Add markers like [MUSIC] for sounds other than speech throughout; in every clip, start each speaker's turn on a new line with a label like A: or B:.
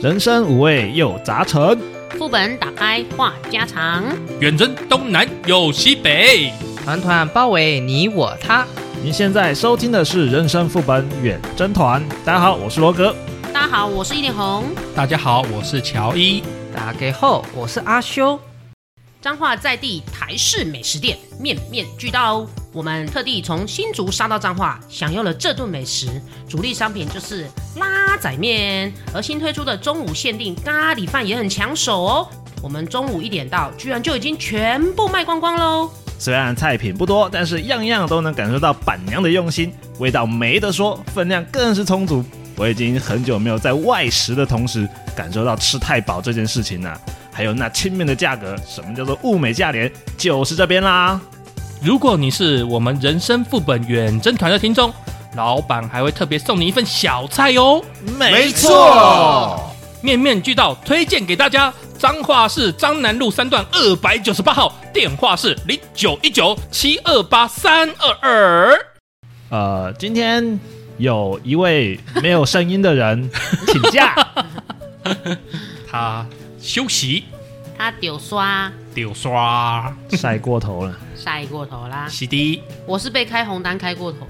A: 人生五味又杂陈。
B: 副本打开话家常，
C: 远征东南有西北，
D: 团团包围你我他。
A: 您现在收听的是《人生副本远征团》，大家好，我是罗格。
B: 大家好，我是一点红。
C: 大家好，我是乔伊。
D: 打给后，我是阿修。
B: 彰化在地台式美食店面面俱到哦。我们特地从新竹杀到彰化，享用了这顿美食。主力商品就是拉仔面，而新推出的中午限定咖喱饭也很抢手哦。我们中午一点到，居然就已经全部卖光光喽！
A: 虽然菜品不多，但是样样都能感受到板娘的用心，味道没得说，分量更是充足。我已经很久没有在外食的同时感受到吃太饱这件事情了、还有那亲民的价格，什么叫做物美价廉，就是这边啦。
C: 如果你是我们人生副本远征团的听众，老板还会特别送你一份小菜哦。
A: 没
C: 错，面面俱到，推荐给大家。彰化市彰南路三段二百九十八号，电话是零九一九七二八三二二。
A: 呃，今天有一位没有声音的人请假，
C: 他休息
B: 他丢刷
C: 丢刷
A: 晒过头了。
B: 晒过头啦，
C: 洗涤，
B: 我是被开红单开过头，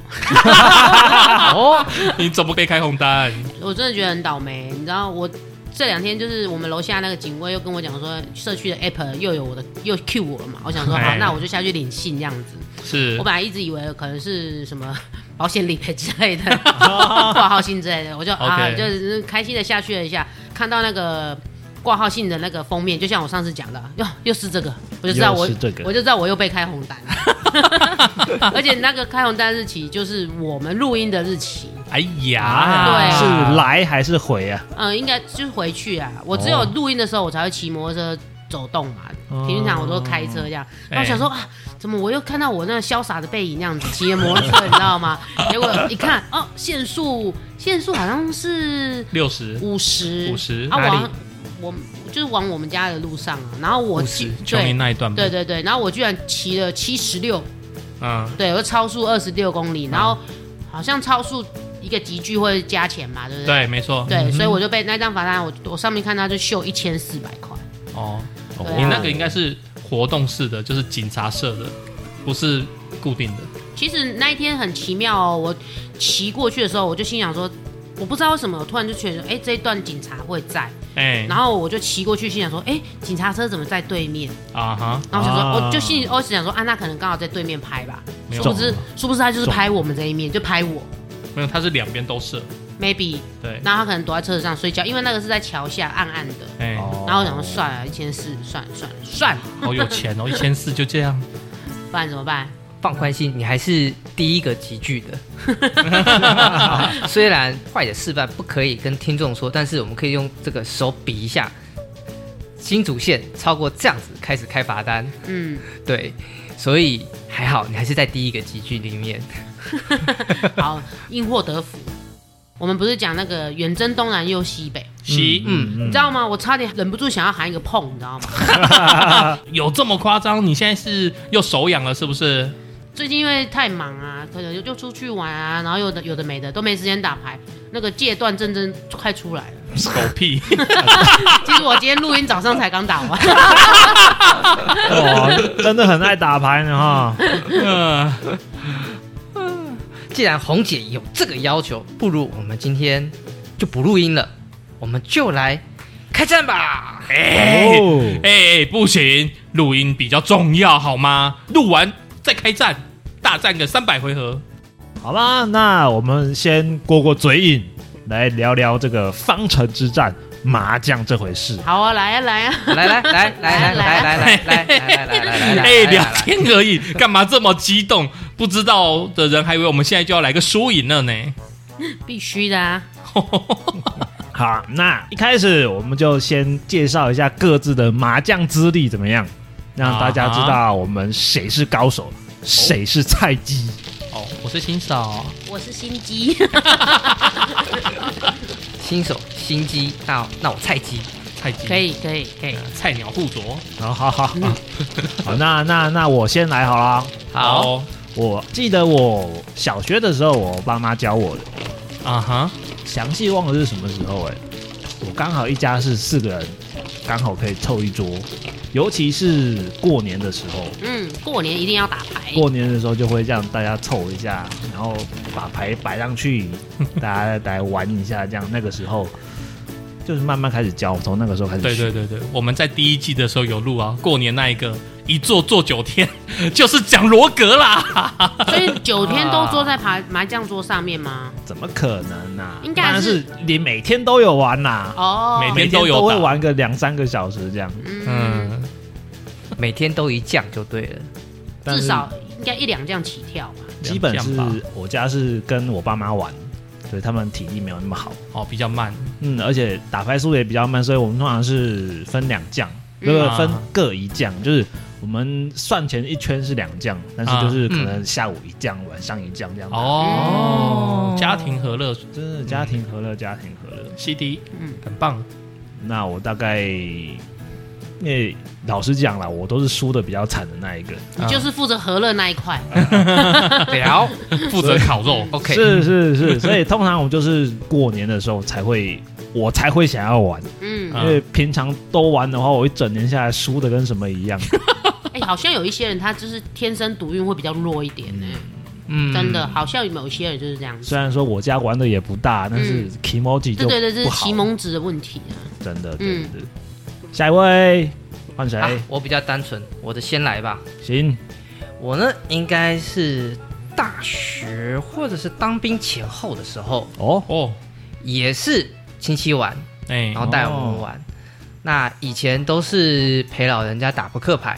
C: 哦，你怎么可以开红单？
B: 我真的觉得很倒霉。你知道我这两天就是我们楼下那个警卫又跟我讲说，社区的 app 又有我的又 cue 我了嘛，我
A: [LAUGHS]
B: 想说好
C: 哎，
B: 那我就下去领信这样子。
C: 是
B: 我本来一直以为可能是什么保险理赔之
A: [LAUGHS]
B: 类的，挂号信之类的，我就啊，
C: OK
B: 就是开心的下去了一下，看到那个挂号信的那个封面，就像我上次讲的，哟，又是这个，我就知道
A: 又
B: 我
A: 是这个
B: 我就知道我又被开红单，
A: [LAUGHS]
B: [LAUGHS] 而且那个开红单日期就是我们录音的日期，
C: 哎呀，
B: 啊
A: 是来还是回啊？
B: 嗯，应该就是回去啊，我只有
A: 哦
B: 录音的时候我才会骑摩托车走动嘛。
A: 哦
B: 平常我都开车这样，
C: 哎
B: 然后想说啊，怎么我又看到我那潇洒的背影那样子骑着摩托车，你知道
C: [LAUGHS]
B: 吗？结果一看哦，限速限速好像是
C: 六十
B: 五十，
C: 50
B: 啊，
C: 哪里
B: 往我就是往我们家的路上啊，然后我
C: 五
B: 记
C: 十，琼林
B: 对
C: 那一段吧，
B: 对对对，然后我居然骑了七十六，
C: 嗯，
B: 对，我就超速二十六公
C: 啊
B: 里，然后好像超速一个集聚会加钱嘛，对不对？
C: 对，没错，
B: 对，所以我就被那张罚单，我我上面看他就秀一千四百块，
C: 哦，
B: 对啊
C: 你那个应该是活动式的，就是警察社的，不是固定的。
B: 其实那一天很奇妙哦，我骑过去的时候，我就心想说，我不知道为什么，我突然就觉得，哎、这一段警察会在，
C: 哎、
B: 然后我就骑过去，心想说，哎、警察车怎么在对面？
C: 啊哈，
B: 然后我想说，
A: 啊
B: 我就心里，我想说，啊，那可能刚好在对面拍吧，
C: 没有
B: 殊不知
C: 中，
B: 殊不知他就是拍我们这一面，就拍我
C: 没有，它是两边都设，
B: ，maybe，
C: 对，
B: 然后他可能躲在车子上睡觉，因为那个是在桥下暗暗的，
C: 哎、
A: 哦
B: 然后我想说，算了，一千四，算了算了算了，
C: 好有钱
B: [LAUGHS]
C: 哦，一千四就这样，
B: 不然怎么办？
D: 放宽心，你还是第一个集聚的。 [LAUGHS] 虽然坏的示范不可以跟听众说，但是我们可以用这个手比一下。新主线超过这样子开始开罚单，
B: 嗯，
D: 对，所以还好你还是在第一个集聚里面。
B: 好，因祸得福。我们不是讲那个远征东南又西北，
C: 西、
B: 你
D: 嗯，
B: 知道吗？我差点忍不住想要喊一个碰，你知道吗？
C: 嗯有这么夸张？你现在是又手痒了是不是？
B: 最近因为太忙啊，可能就就出去玩啊，然后有的有的没的都没时间打牌，那个戒断症真快出来了。
C: 狗
B: [LAUGHS]
C: 屁，
B: 其实我今天录音早上才刚打完，
A: 哇，哦真的很爱打牌呢
C: [LAUGHS]
A: 哈。
C: 嗯，
D: 既然红姐有这个要求，不如我们今天就不录音了，我们就来开战吧。
C: 哎、
A: 哦
C: 哎、，哎不行，录音比较重要好吗？录完再开战，大战个三百回合。
A: 好啦，那我们先过过嘴瘾，来聊聊这个方城之战麻将这回事。
B: 好啊，来啊来啊，
D: 来来来来来来来来来来来来来，
C: 哎，聊天而已，干嘛这么激动？不知道的人还以为我们现在就要来个输赢了 [LAUGHS] 呢。
B: 必须的啊！
C: 哦
A: 好，那一开始我们就先介绍一下各自的麻将资历怎么样，让大家知道我们谁是高手，谁是菜鸡。
C: 哦，我是新手，
B: 我是心机，
D: 新手心机，那那我菜鸡，
C: 菜鸡，
B: 可以可以可以，
C: 菜鸟互啄。
A: 好好好，
C: 嗯
A: 好， [LAUGHS] 好那那那我先来好了。
D: 好，
C: 哦
A: 我记得我小学的时候，我爸妈教我的，
C: 啊哈，
A: 详细忘了是什么时候哎、我刚好一家是四个人，刚好可以凑一桌，尤其是过年的时候，
B: 嗯，过年一定要打牌，
A: 过年的时候就会让大家凑一下，然后把牌摆上去，大家来玩一下，这样那个时候就是慢慢开始教，从那个时候开始
C: 对
A: 学
C: 对对对，我们在第一季的时候有录啊，过年那一个一坐坐九天， [LAUGHS] 就是讲罗格啦。
B: 所以九天都坐在牌麻将桌上面吗？
A: 怎么可能呢、啊？
B: 应该
A: 当然
B: 是
A: 是你每天都有玩呐、
B: 哦，
C: 每
A: 每
C: 天
A: 天
C: 都有
A: 都会
C: 打
A: 玩个两三个小时这样，
B: 嗯，
C: 嗯，
D: 每天都一降就对了。
A: 但
B: 至
A: 是
B: 少应该一两这样起跳吧。
A: 基本
C: 两
A: 是
C: 将吧
A: 我家是跟我爸妈玩，所以他们体力没有那么好。
C: 哦，比较慢，
A: 嗯，而且打牌速度也比较慢，所以我们通常是分两将，
B: 嗯
A: 不、是分各一将，就是我们算钱一圈是两将，但
B: 啊
A: 是就是可能下午一将，晚上一将这样。哦，
C: 哦，家庭和乐
A: 真的家庭和乐，家庭和乐。
C: CD
B: 嗯，
C: 很棒，
A: 那我大概，因为老实讲啦，我都是输的比较惨的那一个，
B: 你就是负责和乐那一块，
D: 聊
C: 负责烤肉。
D: ，OK，
A: 是是是，所以通常我们就是过年的时候才会，我才会想要玩，
B: 嗯，
C: 啊
A: 因为平常都玩的话，我一整年下来输的跟什么一样。
B: 哎，好像有一些人他就是天生赌运会比较弱一点呢，
D: 嗯
B: 真的，好像有一些人就是这样子。
A: 虽然说我家玩的也不大，但是 emoji
B: 嗯对
A: 就
B: 对对，这
A: 不
B: 是
A: 好
B: 奇蒙值的问题啊。
A: 真的，对
B: 嗯
A: 对对。下一位换谁？
D: 啊，我比较单纯，我的先来吧。
A: 行，
D: 我呢，应该是大学或者是当兵前后的时候，
A: 哦，
C: 哦，
D: 也是亲戚玩，
C: 哎，
D: 然后带我们玩。那以前都是陪老人家打扑克牌，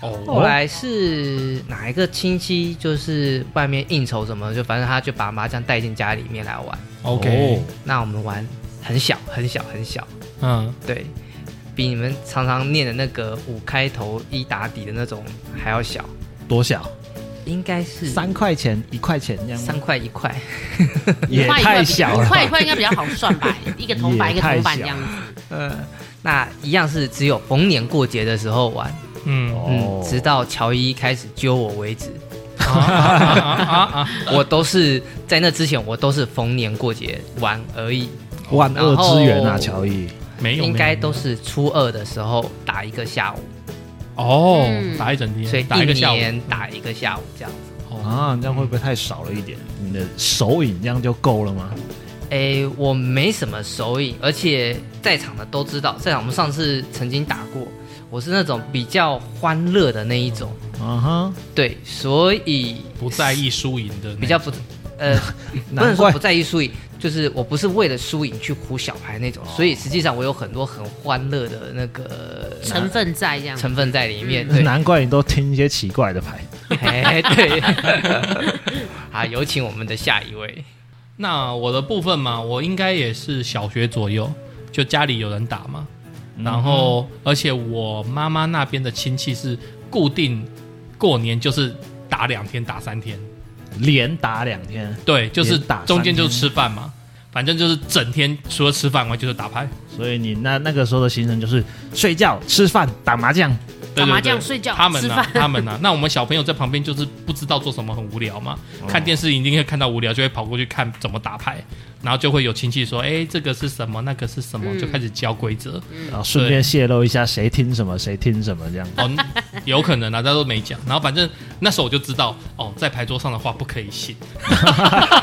C: 哦，
D: 后来是哪一个亲戚就是外面应酬什么，就反正他就把麻将带进家里面来玩。
A: 哦
C: OK，
D: 那我们玩很小很小很小，
C: 嗯，
D: 对，比你们常常念的那个五开头一打底的那种还要小，
A: 多小？
D: 应该是
A: 三块钱，一块钱这样吗，
D: 三块一块。
A: 也
B: 五块一块
A: 太
B: 比
A: 小了
B: 五
A: 吧。
B: 块一块应该比较好算
A: [LAUGHS]
B: 吧，一个铜板一
A: 也
B: 个铜板
A: 太
B: 这
A: 小
B: 样子。
D: 呃，那一样是只有逢年过节的时候玩，
C: 嗯，
A: 哦
D: 嗯，直到乔伊开始揪我为止。
C: 啊啊啊啊！
D: 我都是在那之前，我都是逢年过节玩而已，
A: 万恶之源
D: 然
A: 啊，
D: 后
A: 乔伊。
C: 没哎有，
D: 应该都是初二的时候打一个下午，
C: 哦，
B: 嗯
C: 打一整
D: 所以
C: 天，打一个
D: 一
C: 下午，
D: 年打一个下午这样子。
C: 哦，
A: 啊，这样会不会太少了一点？你的手影这样就够了吗？
D: 诶，哎我没什么手瘾，而且在场的都知道，在场我们上次曾经打过，我是那种比较欢乐的那一种，
A: 啊哈，
D: 对，所以
C: 不在意输赢的那种，
D: 比较不，呃，
C: 嗯
D: [LAUGHS] 不
A: 难
D: 能说
A: 怪
D: 不在意输赢，就是我不是为了输赢去唬小孩那种，所以实际上我有很多很欢乐的那个
C: 哦
B: 成分在这样。
D: 成分在里面，
C: 嗯
D: 对，
A: 难怪你都听一些奇怪的牌。
D: 哎，对，好，有请我们的下一位，
C: 那我的部分嘛，我应该也是小学左右，就家里有人打嘛，
D: 嗯
C: 然后而且我妈妈那边的亲戚是固定过年就是打两天打三天，
A: 连打两天，
C: 对，就是
A: 连打三天
C: 中间就是吃饭嘛，反正就是整天除了吃饭外就是打牌，
A: 所以你那那个时候的行程就是睡觉、吃饭、打麻将。
C: 对
B: 打
C: 对
D: 啊
B: 麻
C: 对
B: 将睡觉
C: 他们
A: 啊
B: 吃
C: 呢、
B: 饭
C: 他们呢、那我们小朋友在旁边就是不知道做什么，很无聊嘛。看电视一定会看到无聊，就会跑过去看怎么打牌，然后就会有亲戚说：“哎，这个是什么？那个是什么？”
B: 嗯
C: 就开始教规则。
A: 然后顺便泄露一下谁听什么，谁听什么这样。
C: 哦，有可能啊，他都没讲。然后反正那时候我就知道，哦，在牌桌上的话不可以信。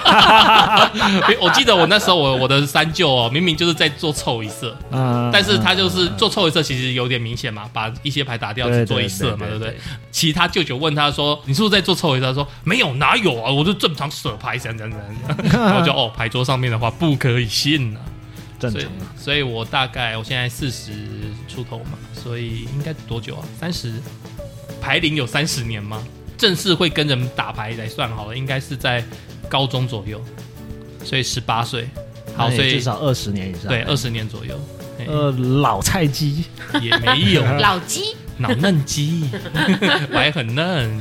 C: [LAUGHS] 我记得我那时候我我的三舅哦，明明就是在做凑一色，
A: 嗯，
C: 哦但是他就是做凑一色，其实有点明显嘛，把一些牌打掉
A: 对
C: 只
A: 对
C: 做一色嘛，
A: 对
C: 对
A: 对
C: 不对
A: 对？
C: 其实他舅舅问他说：“你是不是在做凑一色？”他说：“没有，哪有啊，我就正常舍牌，怎样怎样怎
A: [LAUGHS]
C: 样。”然后我就哦，牌桌上面的话不可以信啊。
A: 正
C: 所以
A: 常啊。，
C: 所以我大概我现在四十出头嘛，所以应该多久啊？三十，牌龄有三十年吗？正式会跟人打牌来算好了，应该是在高中左右，所以十八岁，好，
A: 那也
C: 所以
A: 至少啊二十年以上。
C: 对二十年左右，嘿
A: 呃，老菜鸡
C: 也没
D: [LAUGHS]
C: 有
B: 老鸡，
C: 脑嫩鸡，我还很嫩，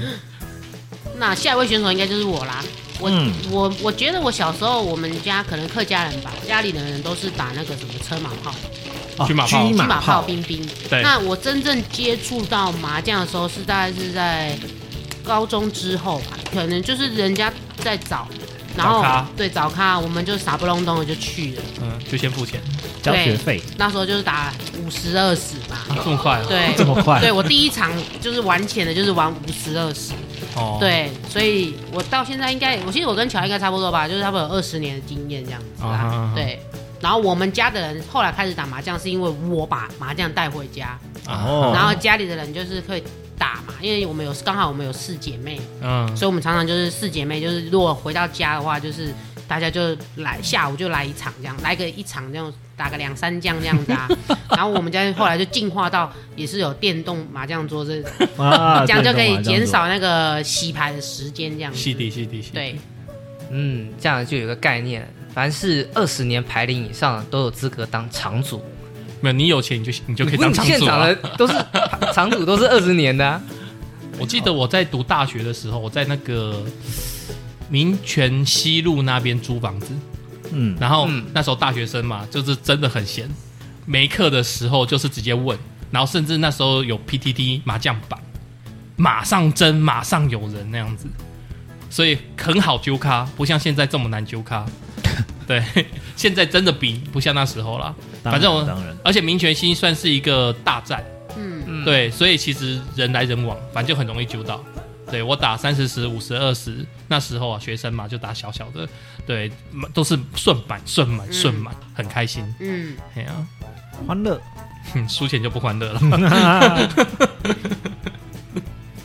B: 那下一位选手应该就是我啦。我、
A: 嗯
B: 我我觉得我小时候我们家可能客家人吧，家里的人都是打那个什么车马炮、
A: 哦
C: 军马炮
A: 军
B: 骑
A: 马
B: 马炮、
A: 炮，
B: 冰冰。
C: 对
B: 那我真正接触到麻将的时候是大概是在高中之后吧，可能就是人家在找然
C: 早
B: 后
C: 咖
B: 对早咖，我们就傻不隆咚的就去了。
C: 嗯，就先付钱，
A: 交
B: 对
A: 学
B: [LAUGHS]
A: 费
B: 那时候就是打五十二十嘛，
C: 这么快、啊？
B: 对
A: [LAUGHS] 这么快，
B: 对我第一场就是玩钱的，就是玩五十二十，
C: 哦，，
B: 对，所以我到现在应该，我其实我跟乔应该差不多吧，就是差不多有二十年的经验这样子
C: 啊哈啊
B: 啊
C: 哈，
B: 对。然后我们家的人后来开始打麻将，是因为我把麻将带回家，
C: 啊
A: 哦
B: 然后家里的人就是可以打嘛，因为我们有刚好我们有四姐妹，
C: 嗯，
B: 所以我们常常就是四姐妹，就是如果回到家的话，就是大家就来下午就来一场这样，来个一场这样打个两三将这样子
A: [LAUGHS]
B: 啊。然后我们家后来就进化到也是有电动麻将桌这，
A: 啊，
B: 这样就可
A: 对懂
B: 以
A: 了
B: 减少那个洗牌的时间这样子。
C: 细滴细滴细，，
B: 对，
D: 嗯，这样就有个概念了。凡是二十年牌龄以上的都有资格当场主，
C: 没有你有钱你就你就可以
D: 不是
C: 当
D: 你
C: 场
D: 现
C: 主、
D: 场
C: 啊
D: 的。都是 [LAUGHS] 场主都是二十年的、啊，
C: 我记得我在读大学的时候，我在那个民权西路那边租房子，
A: 嗯，
C: 然后、
D: 嗯
C: 那时候大学生嘛，就是真的很闲，没课的时候就是直接问，然后甚至那时候有 PTT 麻将版，马上争，马上有人那样子，所以很好揪咖，不像现在这么难揪咖。对，现在真的比不像那时候啦。
A: 当然
C: 反正我 [LAUGHS]
A: 当然
C: 而且民权西算是一个大战，
B: 嗯，
D: 嗯
C: 对，所以其实人来人往，反正就很容易揪到。对我打三十十、五十、二十，那时候啊，学生嘛就打小小的，对，都是顺满、顺满、顺满，很开心。
B: 嗯，
C: 哎呀、
A: 欢
C: [LAUGHS]
A: 乐。
C: 哼输钱就不欢乐了。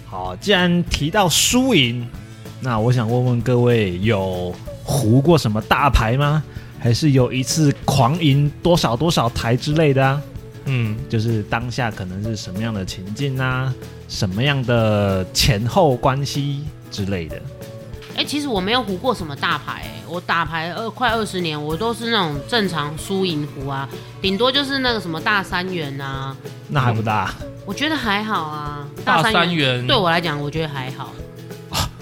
A: 好，既然提到输赢，那我想问问各位，有胡过什么大牌吗？还是有一次狂赢多少多少台之类的啊？
C: 嗯，
A: 就是当下可能是什么样的情境啊，什么样的前后关系之类的。
B: 哎、其实我没有胡过什么大牌、欸我打牌二快二十年，我都是那种正常输赢胡啊，顶多就是那个什么大三元啊，
A: 那还不大，
B: 我觉得还好啊。
C: 大
B: 三
C: 三元
B: 对我来讲，我觉得还好。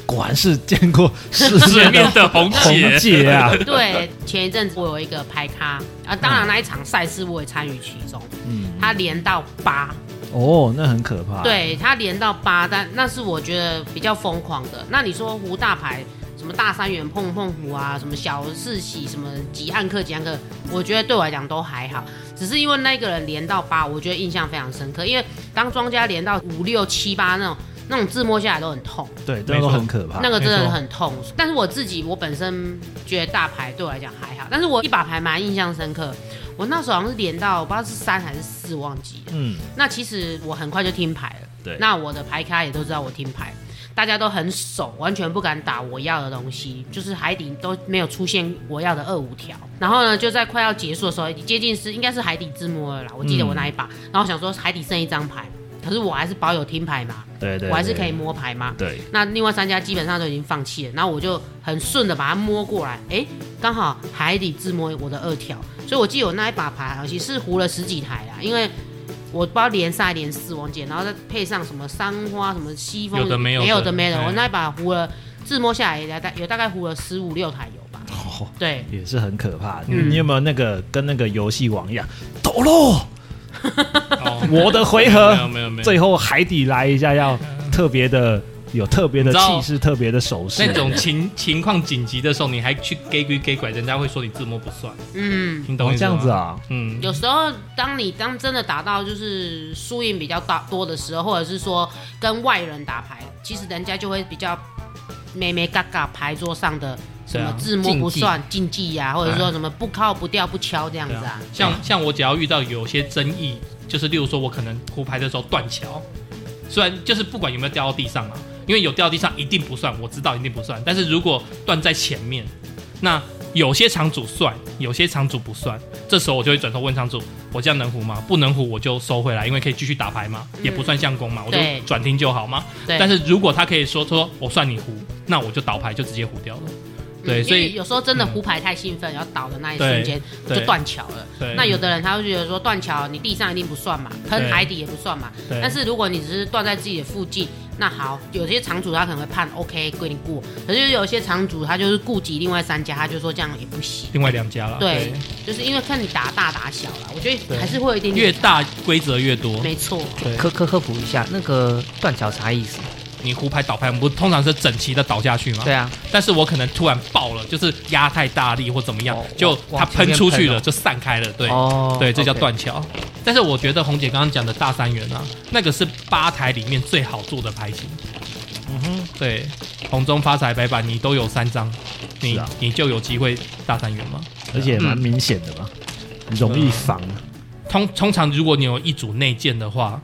A: 果然是见过世
C: 世
A: 面的
C: 面的红
A: 红
C: 姐，
A: 姐啊。
B: 对，前一阵子我有一个排咖啊，当然那一场赛事我也参与其中，
A: 嗯，
B: 他连到八，
A: 哦，那很可怕。，
B: 对他连到八，但那是我觉得比较疯狂的。那你说胡大牌，什么大三元碰碰胡啊，什么小四喜，什么几暗克几暗克，我觉得对我来讲都还好，只是因为那个人连到八，我觉得印象非常深刻，因为当庄家连到五六七八那种那种字摸下来都很痛。
A: 对，都
C: 没错
A: 很可怕。
B: 那个真
C: 没
B: 的
C: 错
B: 很痛。但是我自己，我本身觉得大牌对我来讲还好，但是我一把牌蛮印象深刻。我那时候好像是连到我不知道是三还是四，忘记了。
A: 嗯，
B: 那其实我很快就听牌了，
A: 对
B: 那我的牌咖也都知道我听牌，大家都很熟，完全不敢打我要的东西，就是海底都没有出现我要的二五条。然后呢，就在快要结束的时候，接近是应该是海底自摸了啦，我记
A: 嗯
B: 得我那一把，然后想说海底剩一张牌，可是我还是保有听牌嘛，
A: 对对，
B: 我还是
A: 对
B: 可以。摸牌嘛。
A: 对，
B: 那另外三家基本上都已经放弃了，然后我就很顺的把它摸过来，哎，刚好海底自摸我的二条，所以我记得我那一把牌好像是胡了十几台啦，因为我不知道连三还连四忘记了，然后再配上什么三花什么西风，
C: 有的没有的
B: 没有的没有的
C: 哎
B: 我那一把胡了自摸下来大概有大概胡了十五六台有吧，
A: 哦，
B: 对，
A: 也是很可怕。
B: 嗯
A: 你有没有那个跟那个游戏王一样，抖
C: [LAUGHS]
A: 落
C: 哦
A: 我的回
C: 没有
A: 合，
C: 没有没有，
A: 最后海底来一下，要特别的有特别的
C: 你知道
A: 气势，特别的手势。
C: 那种情情况紧急的时候，你还去 gay 鬼 gay 拐，人家会说你自摸不算，
B: 嗯。
C: 听懂我
A: 哦
C: 意
A: 这
C: 思吗
A: 样子？啊，
C: 嗯，
B: 有时候，当你当真的打到就是输赢比较大多的时候，或者是说跟外人打牌，其实人家就会比较咩咩嘎嘎牌桌上的什么
C: 对啊
B: 字幕不算禁忌呀、或者说什么不靠不掉不敲这样子
C: 对
B: 啊
C: 啊。，像像我只要遇到有些争议，就是例如说我可能胡牌的时候断桥，虽然就是不管有没有掉到地上嘛，因为有掉到地上一定不算，我知道一定不算，但是如果断在前面，那有些场主算，有些场主不算，这时候我就会转头问场主，我这样能胡吗？不能胡我就收回来，因为可以继续打牌嘛，也不算相公嘛，我就
B: 嗯对
C: 转听就好嘛。
B: 对，啊
C: 但是如果他可以说说我算你胡，那我就倒牌就直接胡掉了。对，
B: 嗯
C: 所
B: 因为
C: 以
B: 有时候真的
C: 嗯
B: 胡牌太兴奋，然后倒的那一
C: 对
B: 瞬间就
C: 对
B: 断桥了。
C: 对
B: 那有的人他会觉得说断桥，你地上一定不算嘛，喷
C: 对
B: 海底也不算嘛。
C: 对
B: 但是如果你只是断在自己的附近，那好，有些场主他可能会判 OK 归你过，可是有些场主他就是顾及另外三家，他就说这样也不行。
C: 另外两家了，
B: 对，就是因为看你打大打小啦，我觉得
C: 啊对
B: 还是会有一点
C: 越
B: 点。
C: 大规则越多。
B: 没错，
C: 对，
D: 科科科普一下，那个断桥啥意思？
C: 你胡拍倒拍，我们不通常是整齐的倒下去吗？
D: 对啊，
C: 但是我可能突然爆了，就是压太大力或怎么样，
D: 哦
C: 就
D: 往
C: 它喷出去
D: 往前面
C: 了，
D: 喷哦
C: 就散开了。对，
D: 哦
C: 对，这叫
D: OK
C: 断桥。但是我觉得红姐刚刚讲的大三元啊，那个是吧台里面最好做的牌型。
A: 嗯哼，
C: 对，红中发财白板你都有三张，你、
A: 是啊
C: 你就有机会大三元嘛。
A: 而且也蛮明显的嘛，容易防。
C: 通通常如果你有一组内建的话，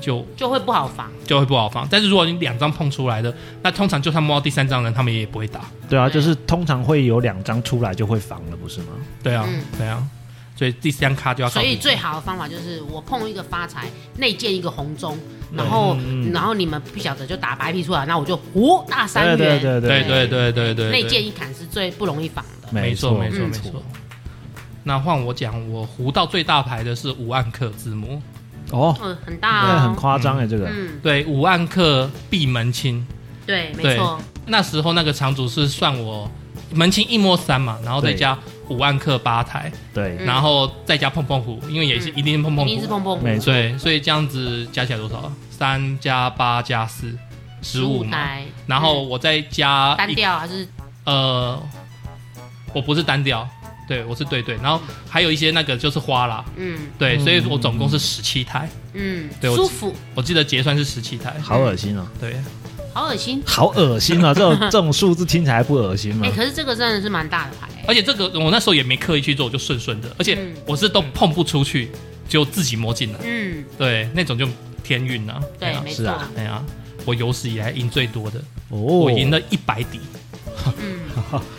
C: 就
B: 就会不好防。
C: 就会不好放。但是如果你两张碰出来的，那通常就算摸到第三张的人，他们也不会打。
A: 对啊，就是通常会有两张出来就会防了，不是吗？
C: 对啊，
B: 嗯
C: 对啊，所以第三卡就要靠
B: 所以
C: 你
B: 最好的方法就是我碰一个发财，内建一个红中，
C: 嗯
B: 然后、然后你们不晓得就打白皮出来，那我就胡大三元。
A: 对对
C: 对
A: 对，
C: 对对对对
B: 内
C: 对
B: 建一砍是最不容易防的。
C: 没错没错
B: 嗯
C: 没错。那换我讲，我胡到最大牌的是五暗克字母，
A: 哦，
B: 嗯，很大
A: 那
B: 哦。
A: 很夸张哎，这
C: 啊
A: 个
B: 嗯，
C: 对，五暗克闭门清。
B: 对，没
C: 对
B: 错。
C: 那时候那个场主是算我门清一摸三嘛，然后再
A: 对
C: 加五暗克八台，
A: 对，
B: 嗯
C: 然后再加碰碰胡，因为也是
B: 嗯
C: 一定碰碰
B: 一定是
C: 胡，
B: 碰碰
A: 没错，
C: 对，所以这样子加起来多少？三加八加四，十五嘛。
B: 台，嗯
C: 然后我再加
B: 单
C: 一
B: 调还是
C: 呃，我不是单调，对我是对对，然后还有一些那个就是花啦，
B: 嗯
C: 对，
A: 嗯
C: 所以我总共是十七台，
B: 嗯
C: 对我
B: 舒服，
C: 我记得结算是十七台，
A: 好恶心哦，
C: 对，
B: 好恶心。
A: 好恶心哦，这种这种数字听起来不恶
C: 嗯
A: 心吗
B: 哎，？可是这个真的是蛮大的牌。
C: 而且这个我那时候也没刻意去做，我就顺顺的，而且
B: 嗯
C: 我是都碰不出去，就自己摸进来，
B: 嗯，
C: 对，那种就天运啊，
B: 对，
C: 啊，
B: 没
A: 是
B: 错。
A: 啊
C: 哎呀、我有史以来赢最多的，
A: 哦，
C: 我赢了一百底， [LAUGHS]
B: 嗯，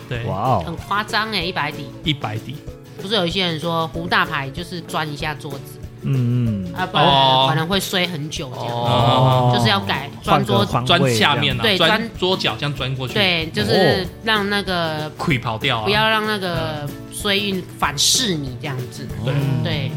C: 对，
A: 哇
B: 很
A: 哦，
B: 夸张哎，一百底。
C: 一百底，
B: 不是有一些人说胡大牌就是钻一下桌子
A: 嗯嗯，
B: 啊，不然
C: 哦
B: 可能会摔很久这样。
C: 哦
B: 就是要改
A: 换
B: 专桌
A: 个方位
C: 钻下面
A: 这样
C: 啊，
B: 对
C: 钻
B: 钻
C: 桌角这样钻过去，，
B: 对，就是
A: 哦
B: 让那个
C: 溃跑掉啊，
B: 不要让那个衰运反噬你这样子。
C: 对
A: 嗯
B: 对。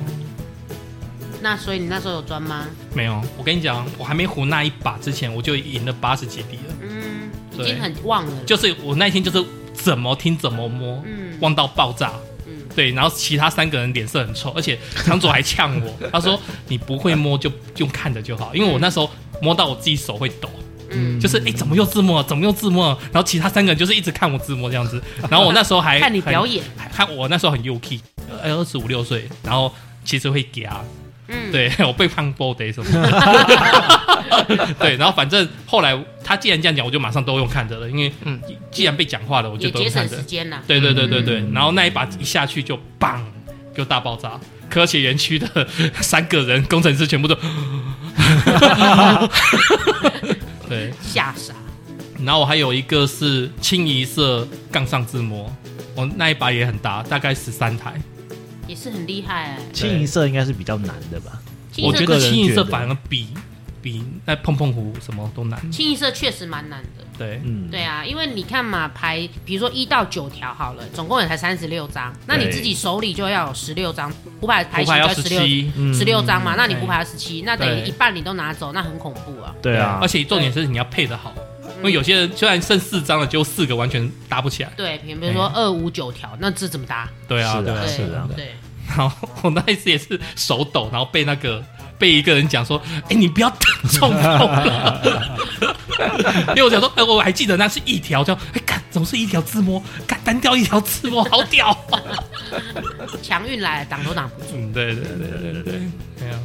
B: 那所以你那时候有钻吗？
C: 没有，我跟你讲，我还没胡那一把之前，我就赢了八十几滴了。
B: 嗯，已
C: 对
B: 经很旺了。
C: 就是我那一天就是怎么听怎么摸，
B: 嗯
C: 忘到爆炸。
B: 嗯
C: 对，然后其他三个人脸色很臭，而且场主还呛我， [LAUGHS] 他说你不会摸就用看着就好，因为我那时候摸到我自己手会抖，
B: 嗯，
C: 就是哎、诶怎么又自摸了，怎么又自摸了，然后其他三个人就是一直看我自摸这样子，然后我那时候
B: [LAUGHS]
C: 还
B: 看你
C: 哎很
B: 表演，
C: 还看我那时候很 UK，呃二十五六岁，然后其实会夹，
B: 嗯，
C: [LAUGHS] 对我被胖 b o d 什么的， [LAUGHS] 对，然后反正后来他既然这样讲，我就马上都用看着了，因为
D: 嗯
C: 既然被讲话了，我就
B: 也
C: 都
B: 节
C: 用
B: 省
C: 看着
B: 时。间啦。
C: 对对对对对，
A: 嗯
C: 然后那一把一下去就砰，就大爆炸，科学园区的 [LAUGHS] 三个人工程师全
B: [LAUGHS]
C: 部都，对，
B: 吓傻。
C: 然后我还有一个是清一色杠上自摸，我那一把也很大，大概十三台，
B: 也是很厉害哎、
A: 清一色应该是比较难的吧？
B: 清
C: 我
B: 一色
C: 觉得
A: 个人
C: 清一色
A: 觉得
C: 反而比比那碰碰胡什么都难，
B: 清一色确实蛮难的。
C: 对。
A: 嗯，
B: 对啊，因为你看嘛，牌比如说一到九条好了，总共也才三十六张，那你
A: 对
B: 自己手里就要有十六张，五百牌
C: 胡
B: 型
C: 牌
B: 就
C: 要
B: 要
C: 十
B: 十六
C: 七，
A: 嗯
B: 十六张嘛，那你
C: 对
B: 胡牌要十七，那等于
C: 对
B: 一半你都拿走，那很恐怖啊。
A: 对啊
C: 而，且重点是你要配的好，因为有些人虽然剩四张了，结果四个完全搭不起来。
B: 对，比如说二五九条，那这怎么搭？
C: 对啊，
A: 是
C: 对
A: 的
C: 啊，
B: 对
A: 是的
B: 对，
C: [LAUGHS] 然后我那一次也是手抖，然后被那个被一个人讲说：“哎、你不要打中
A: [LAUGHS]
C: 我了。”因为我想说，哎、我还记得那是一条，叫哎干，总是一条自摸，干单调一条自摸，好屌、啊
B: 强运来了挡都挡不住。
C: [LAUGHS] 嗯，对对对对对对，对啊，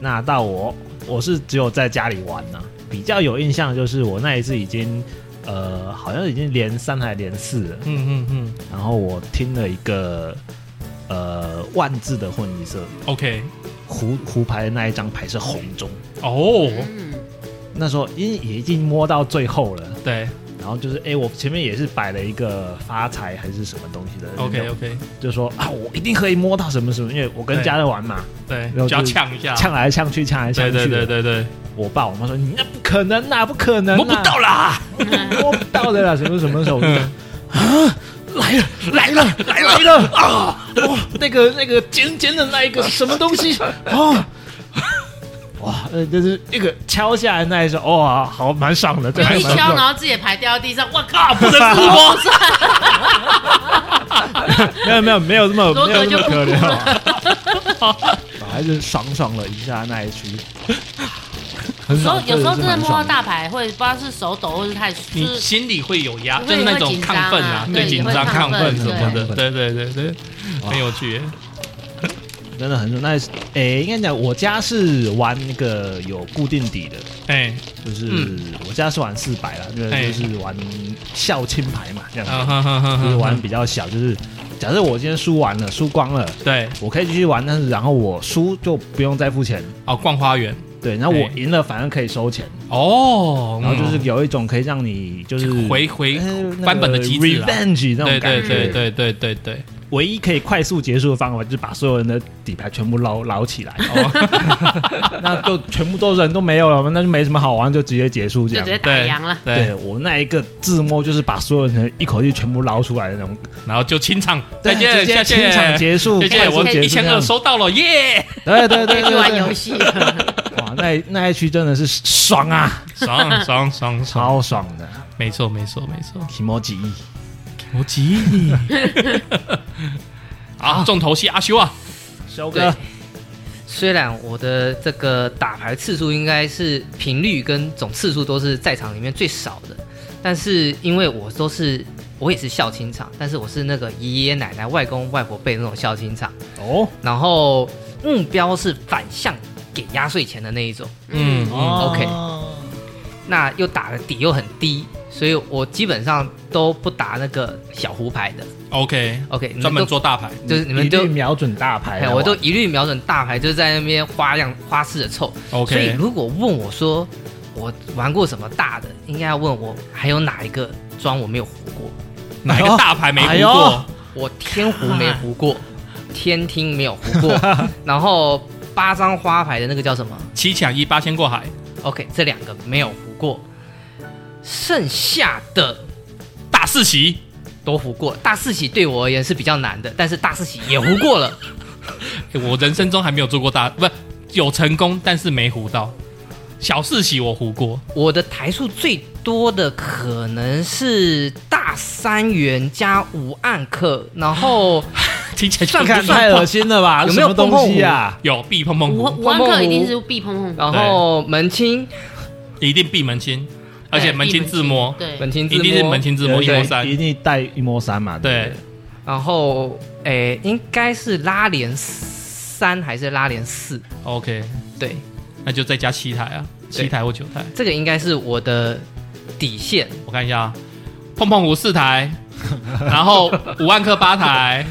A: 那到我，我是只有在家里玩呢、比较有印象的就是我那一次已经，呃，好像已经连三还连四了。
C: 嗯嗯嗯
A: 然后我听了一个，呃，万字的混一色
C: ，OK，
A: 胡胡牌的那一张牌是红中，
C: 哦，
B: 嗯，
A: 那时候因为也已经摸到最后了，
C: 对
A: 然后就是哎，我前面也是摆了一个发财还是什么东西的
C: ，OK OK，
A: 就说啊，我一定可以摸到什么什么，因为我跟
C: 对
A: 家人玩嘛，
C: 对
A: 后，
C: 就要
A: 就是
C: 呛一下，
A: 呛来呛去，呛来呛
C: 对，
A: 去的。
C: 啊对对对对
A: 我爸我妈说你那不可能啦，不 [LAUGHS] 可能啊
C: 对，
A: 啦，
C: 摸不到啦。
A: 摸不到的啦，什么什么时候？
C: 嗯
A: 来了，来了，来了，来了啊！哇，那个那个尖尖的那一个什么东
B: [LAUGHS]
A: 西啊？哇，呃，就是那个敲下来那一声，哇，好蛮爽的，对，
B: 就一
A: 蛮
B: 敲，
A: 爽
B: 然
A: 的。
B: 后自己的牌掉到地上，我靠，不
C: 不能自摸，
A: 没有没有没有这么
B: 罗
A: 没有
B: 德
A: 这
B: 就
A: 么
B: 不
A: 可
B: 哭
A: 怜，啊
B: 了。
A: [LAUGHS] 还是爽爽了一下那一区。很
B: 有时
A: 少
B: 候有时候真的摸到
A: 大。
B: 大牌，会不知道是手抖，或是太就
C: 你
B: 是
C: 心里会有压，
B: 会
C: 就是那种
B: 会紧张啊
C: 亢奋啊，
B: 对
C: 对，紧张、
B: 会亢
C: 亢
B: 奋
C: 奋什么的，对对对对，
A: 哇
C: 很有趣耶。
A: 真的很那诶、应该讲我家是玩那个有固定底的，
C: 哎，
A: 就是、
D: 嗯
A: 我家是玩四百啦，那个
C: 哎
A: 就是玩校清牌嘛，这样子，
C: 啊哈哈哈
A: 就是
C: 哈，
A: 玩比较小，就是假设我今天输完了，输光了，
C: 对，
A: 我可以继续玩，但是然后我输就不用再付钱，
C: 哦，逛花园，
A: 对，然后我
C: 哎
A: 赢了反而可以收钱，
C: 哦，
A: 然后就
C: 嗯
A: 是有一种可以让你就是
C: 回回
A: 呃那个
C: 翻本的机制啦。
A: revenge 那种
C: 对
A: 感觉，
C: 对对对对对对，
A: 唯一可以快速结束的方法就是把所有人的底牌全部捞捞起来，[LAUGHS]
C: 哦
A: 那就全部都人都没有了，那就没什么好玩，就直接结束这
B: 就直接
A: 样。
B: 打
C: 对
B: 烊了。
A: 对
C: 对，
A: 我那一个自摸就是把所有人一口气全部捞出来的那种，
C: 然后就清场，再
A: 对
C: 见，
A: 直接
C: 下
A: 清场
C: 线，
A: 结束，
C: 再
A: 快
C: 见，
A: 速
C: 我
A: 结束
C: 一千
A: 这
C: 二
A: 样
C: 收到了，耶，
A: 对对对对
B: 可以去
A: 对，
B: [LAUGHS] 玩游戏了，
C: [LAUGHS]
A: 哇，那那一区真的是爽啊， [LAUGHS]
C: 爽爽爽爽，
A: 超爽的，
C: 没错没错没错，
A: 提莫吉，
C: 我急 [LAUGHS] 你。啊，重头戏阿修啊，
A: 修
D: 对，虽然我的这个打牌次数应该是频率跟总次数都是在场里面最少的，但是因为我都是我也是校青场，但是我是那个爷爷奶奶、外公外婆辈那种校青场，
A: 哦，
D: 然后目标是反向给压岁钱的那一种，
C: 嗯嗯，
D: OK 那又打的底又很低，所以我基本上都不打那个小胡牌的。
C: ，OK，
D: OK，你
A: 嗯
D: 们
C: 专门
D: 都
C: 做大牌，
D: 就是你们
A: 一
D: 就
A: 律瞄准大牌
D: 哎，
A: 来玩，
D: 我都一律瞄准大牌，就是在那边花样花式的凑。所
A: 哎
D: 以
C: OK，
D: 如果问我说我玩过什么大的，应该要问我还有哪一个庄我没有胡过。
C: 哪一个大牌没
A: 哎
C: 胡
A: 呦
C: 过？
D: 我天胡没胡过，天听没有胡过，然后八张花牌的那个叫什么
C: 七抢一八仙过海，
D: ？OK，这两个没有胡过，剩下的
C: 大四喜，
D: 都胡过。大四喜对我而言是比较难的，但是大四喜也胡过了。
C: 欸我人生中还没有做过大，不有成功，但是没胡到。小四喜我胡过， [LAUGHS]
D: 我的台数最多的可能是大三元加五暗克，然
C: 啊
D: 后
C: 听起来就
D: 算
A: 看
D: 不算
A: 太恶心了吧？
D: 有没
A: 什
D: 有
A: 么东西啊？
C: 有必碰碰
B: 我
C: 胡，
B: 我安克一定是必碰碰，
D: 然后门清
C: 一定闭门清，而且
D: 哎
C: 门清自摸，
B: 对，
D: 门清
C: 一
D: 自
C: 定是
D: 摸
C: 门，清自摸一
A: 对
C: 摸三
A: 一，定带一摸三嘛，对
C: 对
A: 不对，
D: 然后诶应该是拉连三还是拉连四？
C: ，OK，
D: 对，
C: 那就再加七台啊，七台或九台，
D: 这个应该是我的底线。
C: 我看一下，啊，碰碰胡四台， [LAUGHS] 然后五万克八台，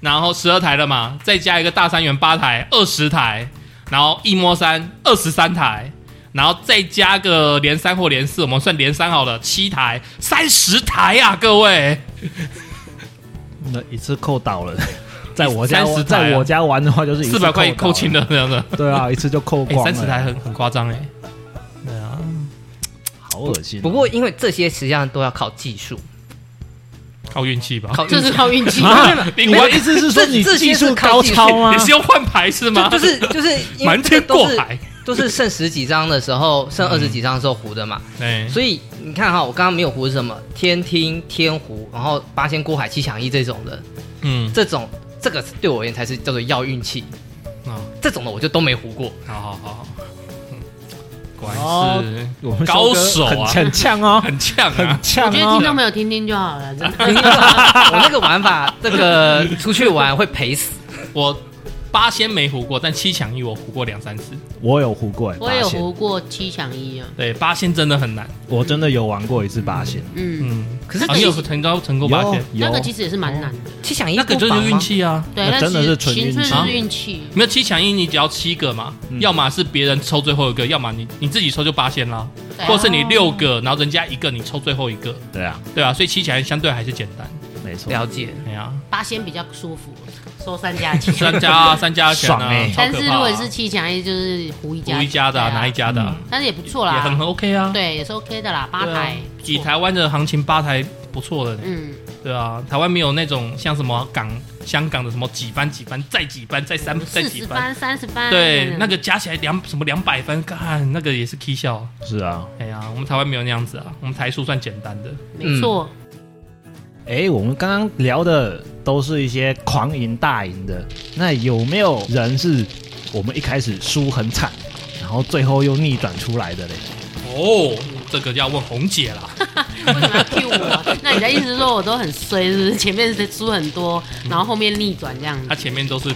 C: 然后十二台了嘛，再加一个大三元八台，二十台，然后一摸三二十三台，然后再加个连三或连四，我们算连三好了，七台三十台啊，各位，
A: 那一次扣倒了，在我家
C: 30台啊
A: 在我家玩的话就是一次
C: 四百块
A: 倒
C: 扣清，的这样的，
A: 对啊，一次就扣
C: 哎、
A: 光了，
C: 三十台很很夸张哎，对啊，
A: 好恶心哦。
D: 不过因为这些实际上都要靠技术，
C: 靠运气吧。
D: 靠运
B: 这
D: 气
B: 是靠运气。
A: 啊，
C: 你
A: 我的意思是说
D: 这
A: 你
D: 这些
A: 技
D: 是
A: 术
D: 靠
A: 高
D: 技术
A: 超啊吗
C: 你？是用换牌是吗？
D: 就就是
C: [LAUGHS]
D: 就是因为
C: 瞒
D: 这
C: 天
D: 个都
C: 过
D: 是
C: 海，[LAUGHS]
D: 都是剩十几张的时候，剩二十几张的时候胡的嘛。
C: 哎，
D: 所以你看哈，我刚刚没有胡是什么？天听、天胡，然后八仙过海、七抢一这种的，
C: 嗯，
D: 这种这个对我而言才是叫做要运气。
C: 啊、
D: 这种的我就都没胡
C: [LAUGHS]
D: 过。
C: 好好好好，嗯，果然是
A: 我们修
C: 高手
A: 哥很
C: 啊，
A: 很呛哦，
C: 很呛 [LAUGHS] 啊
A: 很，呛
B: 我觉得听
A: 哦。
B: 众朋友
C: [LAUGHS]
B: 听听就好了，真的。
D: 我那个玩法，这个出去玩会赔死。
C: 我八仙没胡过，但七抢一我胡过两三次。
A: 我有胡过，欸
B: 我也有
A: 八仙，
B: 胡过七抢一啊，
C: 对，八仙真的很难。
A: 我真的有玩过一次八仙，
B: 嗯，
C: 嗯，
D: 可是
C: 啊、你有成功成功八仙，
A: 有
B: 那个
A: 有
B: 其实也是蛮难
C: 哦
B: 的，
D: 七想一
C: 那个就
D: 不
C: 是
D: 妨吗
C: 运，气啊。
B: 对，
A: 那
B: 那
A: 真的
B: 其
A: 是
B: 实
A: 纯
B: 纯
A: 运气
B: 是运气。
C: 没有七抢一，你只要七个嘛，
A: 嗯
C: 要么是别人抽最后一个，要么你你自己抽就八仙啦，
B: 对啊
C: 或是你六个，然后人家一个，你抽最后一个，
A: 对啊，
C: 对啊，所以七抢一相对还是简单。
A: 没错，
D: 了解。
C: 哎呀、
B: 啊八仙比较舒服，收三加七。
C: [LAUGHS] 三家啊三家钱
A: 爽
C: 啊，
A: 欸
C: 超可怕啊
B: 但是如果是七抢一，就是胡一家，
C: 胡一家的、啊，
B: 对啊
C: 哪一家的啊、
B: 但是也不错
C: 也
B: 啦
C: 很，很 OK 啊。
B: 对，也是 OK 的啦，八
C: 对啊
B: 台，不错
C: 以台湾的行情，八台不错了呢。
B: 嗯，
C: 对啊，台湾没有那种像什么港、香港的什么几番几番再几番再三再
B: 四
C: 几
B: 十
C: 番，
B: 番、三十番，
C: 对，那
B: 个
C: 个加起来两什么两百番，干那个也是 K 笑。
A: 是啊。
C: 哎呀，我们台湾没有那样子啊，我们台数算简单的。
B: 没
C: 嗯
B: 错，
A: 哎，我们刚刚聊的都是一些狂赢大赢的，那有没有人是我们一开始输很惨，然后最后又逆转出来的嘞。
C: 哦，这个要问红姐啦。
B: 为什么要 Q 我？ [LAUGHS] 那你的意思是说我都很衰，是不是？前面是输很多，然后后面逆转这样子
C: 他。前面都是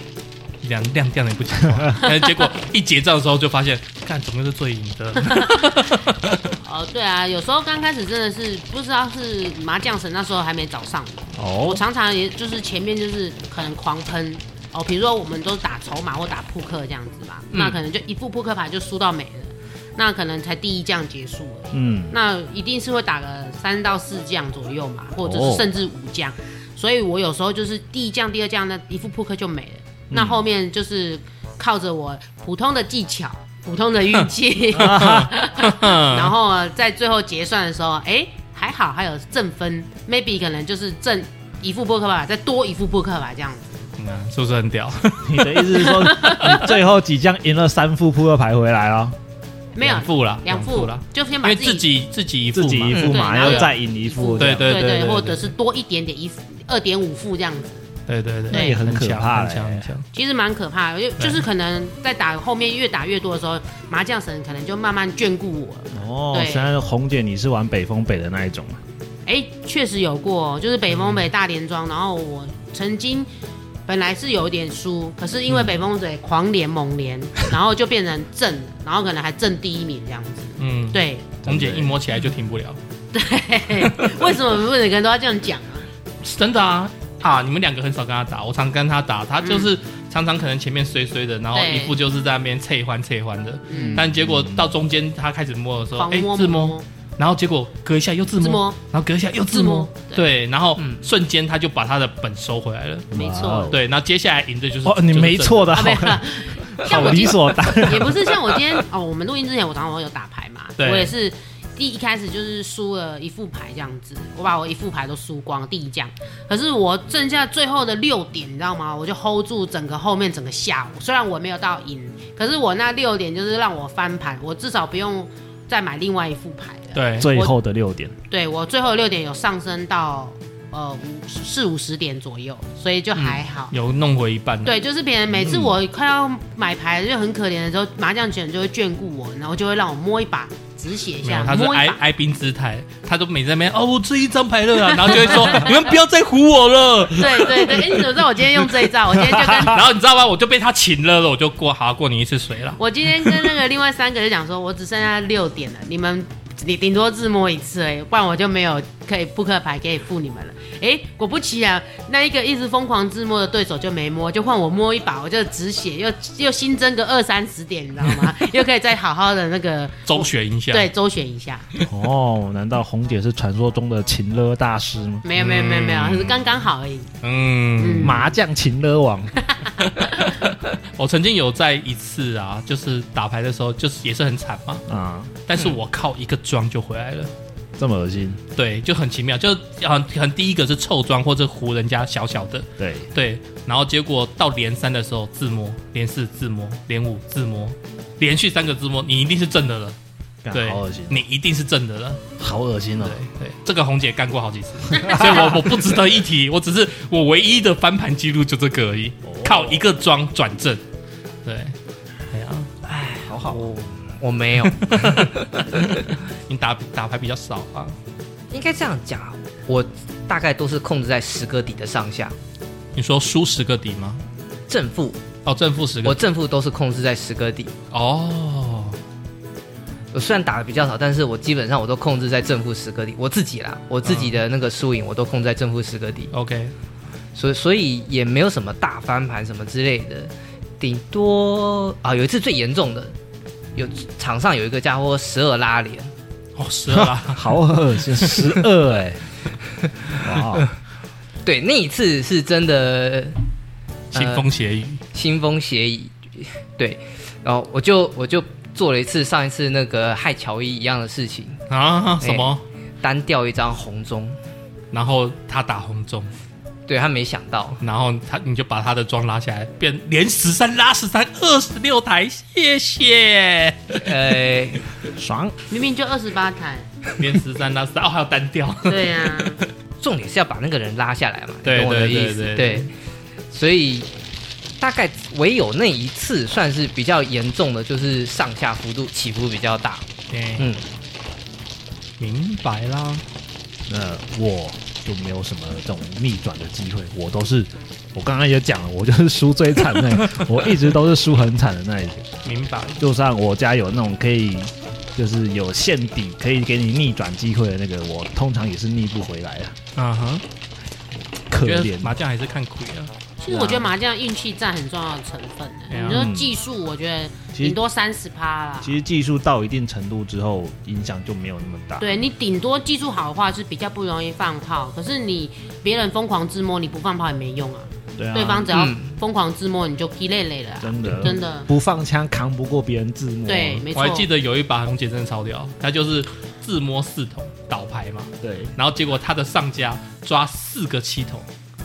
C: 亮亮亮的不讲话，但是结果一结账的时候就发现，看怎么是最赢的， [LAUGHS] 嗯
B: 哦，对啊，有时候刚开始真的是不知道是麻将神那时候还没找上我，我
A: 哦，
B: 常常也就是前面就是可能狂喷哦，比如说我们都打筹码或打扑克这样子嘛，
D: 嗯
B: 那可能就一副扑克牌就输到没了，那可能才第一将结束而已
A: 嗯，
B: 那一定是会打个三到四将左右嘛，或
C: 哦
B: 者是甚至五将。所以我有时候就是第一将、第二将那一副扑克就没了，
C: 嗯
B: 那后面就是靠着我普通的技巧、普通的运
C: [LAUGHS]
B: 气，然后啊在最后结算的时候，哎，还好还有正分，maybe 可能就是正一副扑克牌，再多一副扑克牌这样子。
C: 嗯啊是不是很屌？
A: 你的意思是说，你最后几将赢了三副扑克牌回来了，
B: 没有
C: 两副啦，
B: 两副
C: 啦，
B: 就先
C: 因
B: 把
C: 为
B: 自
C: 自
B: 己
C: 己自己一副
A: 自己一
C: 嘛，
A: 副嘛，
B: 对
A: 然后
C: 对
A: 再赢一副，
C: 对对
B: 对
C: 对，
B: 或者是多一点点一副二点五副这样子。
C: 对对对，
B: 那
A: 也很可
C: 强
A: 怕
C: 很强
A: 嘞
C: 很强。
B: 其实蛮可怕的，就
C: 对
B: 就是可能在打后面越打越多的时候，麻将神可能就慢慢眷顾我了。
A: 哦，
B: 对
A: 虽然红姐你是玩北风北的那一种啊嘛，
B: 哎，确实有过，就是北风北大连庄，然后我曾经本来是有点输，可是因为北风北狂连猛连，然后就变成正了，然后可能还正第一名这样子。
C: 嗯，
B: 对
C: 红姐一摸起来就停不了，
B: 对，为什么每个人都要这样讲啊？
C: 是真的啊啊！你们两个很少跟他打，我常跟他打，他就是常常可能前面衰衰的，然后
B: 对
C: 一副就是在那边切换切换的，
B: 嗯，
C: 但结果到中间他开始摸的时候，
B: 狂
C: 哎，
B: 摸
C: 自摸，然后结果隔一下又自
B: 自
C: 摸，
B: 摸，
C: 然后隔一下又自
B: 自摸
C: 摸，对，然后
D: 嗯
C: 瞬间他就把他的本收回来了。
B: 没错
A: 哇哦，
C: 对，那接下来赢的就是
A: 哦，你
C: 就是
A: 没
C: 这
A: 错的，
B: 啊，
A: 好
B: 没有
A: [LAUGHS]
B: 啦，像
A: 好
B: 我
A: 理
B: 今
A: 所当然，
B: [LAUGHS] 也不是像我今天哦，我们录音之前我常常有打牌嘛，我
C: 对
B: 也是第一开始就是输了一副牌这样子，我把我一副牌都输光第一将，可是我剩下最后的六点，你知道吗？我就 hold 住整个后面整个下午，虽然我没有到赢，可是我那六点就是让我翻盘，我至少不用再买另外一副牌了。
C: 对
A: 最后的六点，
B: 对我最后六点有上升到呃五四五十点左右，所以就还好。
C: 有弄回一半了。
B: 对，就是别人每次我快要买牌就很可怜的时候，麻将姐就会眷顾我，然后就会让我摸一把，止血一
C: 没有，
B: 下，
C: 他是
B: 摸一
C: 哀
B: 把。
C: 哀兵姿态，他都每在那边哦，我这一张牌了啊，然后就会说你们不要再唬
B: [LAUGHS]
C: 我了。
B: 对对对，哎、你怎么知道我今天用这一招？我今天就跟。
C: 然后你知道吗？我就被他擒了，我就过好过你一次水了
B: 我今天跟那个另外三个就讲说，我只剩下六点了，你们你顶多自摸一次而已，不然我就没有可以扑克牌可以付你们了。哎，果不其然，那一个一直疯狂自摸的对手就没摸，就换我摸一把，我就止血，又又新增个二三十点，你知道吗？ [LAUGHS] 又可以再好好的那个
C: 周旋一下，
B: 对周旋一下。
A: [LAUGHS] 哦，难道红姐是传说中的情勒大师吗？
B: 没有没有没有没有，
C: 嗯
B: 可是刚刚好而已。
C: 嗯，
A: 麻将情勒 [LAUGHS] 王，
C: 我曾经有在一次啊，就是打牌的时候，就是也是很惨嘛，
A: 啊，
C: 但
B: 嗯
C: 是我靠一个庄就回来了，
A: 这么恶心，
C: 对，就很奇妙，就很很第一个是臭庄或者唬人家小小的，
A: 对，
C: 对，然后结果到连三的时候自摸，连四自摸，连五自摸，连续三个自摸，你一定是正的了，
A: 干
C: 对
A: 好恶心，，
C: 你一定是正的了，
A: 好恶心
C: 对
A: 哦，
C: 对，这个红姐干过好几次， [LAUGHS] 所以我我不值得一提，我只是我唯一的翻盘记录就这个而已，靠一个庄转正，对，哎呀，
D: 好好，
C: 哦
D: 我我没
C: [LAUGHS]
D: 有，
C: 你打打牌比较少啊，
D: 应该这样讲啊，我大概都是控制在十个底的上下，
C: 你说输十个底吗？
D: 正负
C: 哦，正负十
D: 我
C: 个底，
D: 正负都是控制在十个底。
C: 哦，
D: 我虽然打的比较少，但是我基本上我都控制在正负十个底。我自己啦，我自己的那个输赢我都控制在正负十个底，
C: OK，
D: 所以所以也没有什么大翻盘什么之类的，顶多啊有一次最严重的，有场上有一个家伙十二拉连，
C: 哦，十二
A: [LAUGHS]
C: 啦，
A: 好恶心，十二哎，哇，
D: 对，那一次是真的
C: 腥风血雨，
D: 腥风血雨，对，然后我就我就做了一次上一次那个害乔伊一样的事情，
C: 啊，什么？
D: 单调一张红中，
C: 然后他打红中，
D: 对他没想到。
C: 然后他你就把他的庄拉下来，变连十三拉十三，二十六台，谢谢。
D: 呃，
A: 爽，
B: 明明就二十八台，
C: 连十三拉十三，哦，还有单调。
B: 对呀、啊，
D: 重点是要把那个人拉下来嘛，你
C: 对
D: 懂我的
C: 对
D: 意
C: 对
D: 思？
C: 对对
D: 所以大概唯有那一次算是比较严重的，就是上下幅度起伏比较大。
C: [LAUGHS] 对，
D: 嗯，
C: 明白啦。
A: 那我就没有什么这种逆转的机会，我都是我刚刚也讲了，我就是输最惨的那一，我一直都是输很惨的那一个。
C: 明白，
A: 就算我家有那种可以，就是有限底可以给你逆转机会的那个，我通常也是逆不回来啊，
C: 啊哈，
A: 可
C: 觉
A: 怜
C: 得。麻将还是看亏啊。
B: 其实我觉得麻将运气占很重要的成分呢、
C: 对啊
B: 你说技术，我觉得顶多三十趴啦。
A: 其实技术到一定程度之后，影响就没有那么大。
B: 对你顶多技术好的话是比较不容易放炮，可是你别人疯狂自摸，你不放炮也没用啊。
A: 对啊，
B: 对方只要
D: 嗯
B: 疯狂自摸，你就踢累累了啊、
A: 真的
B: 真的
A: 不放枪扛不过别人自摸。
B: 对，没
C: 我
B: 错
C: 还。记得有一把红姐真的超屌，她就是自摸四筒倒牌嘛，
A: 对，
C: 然后结果她的上家抓四个七筒，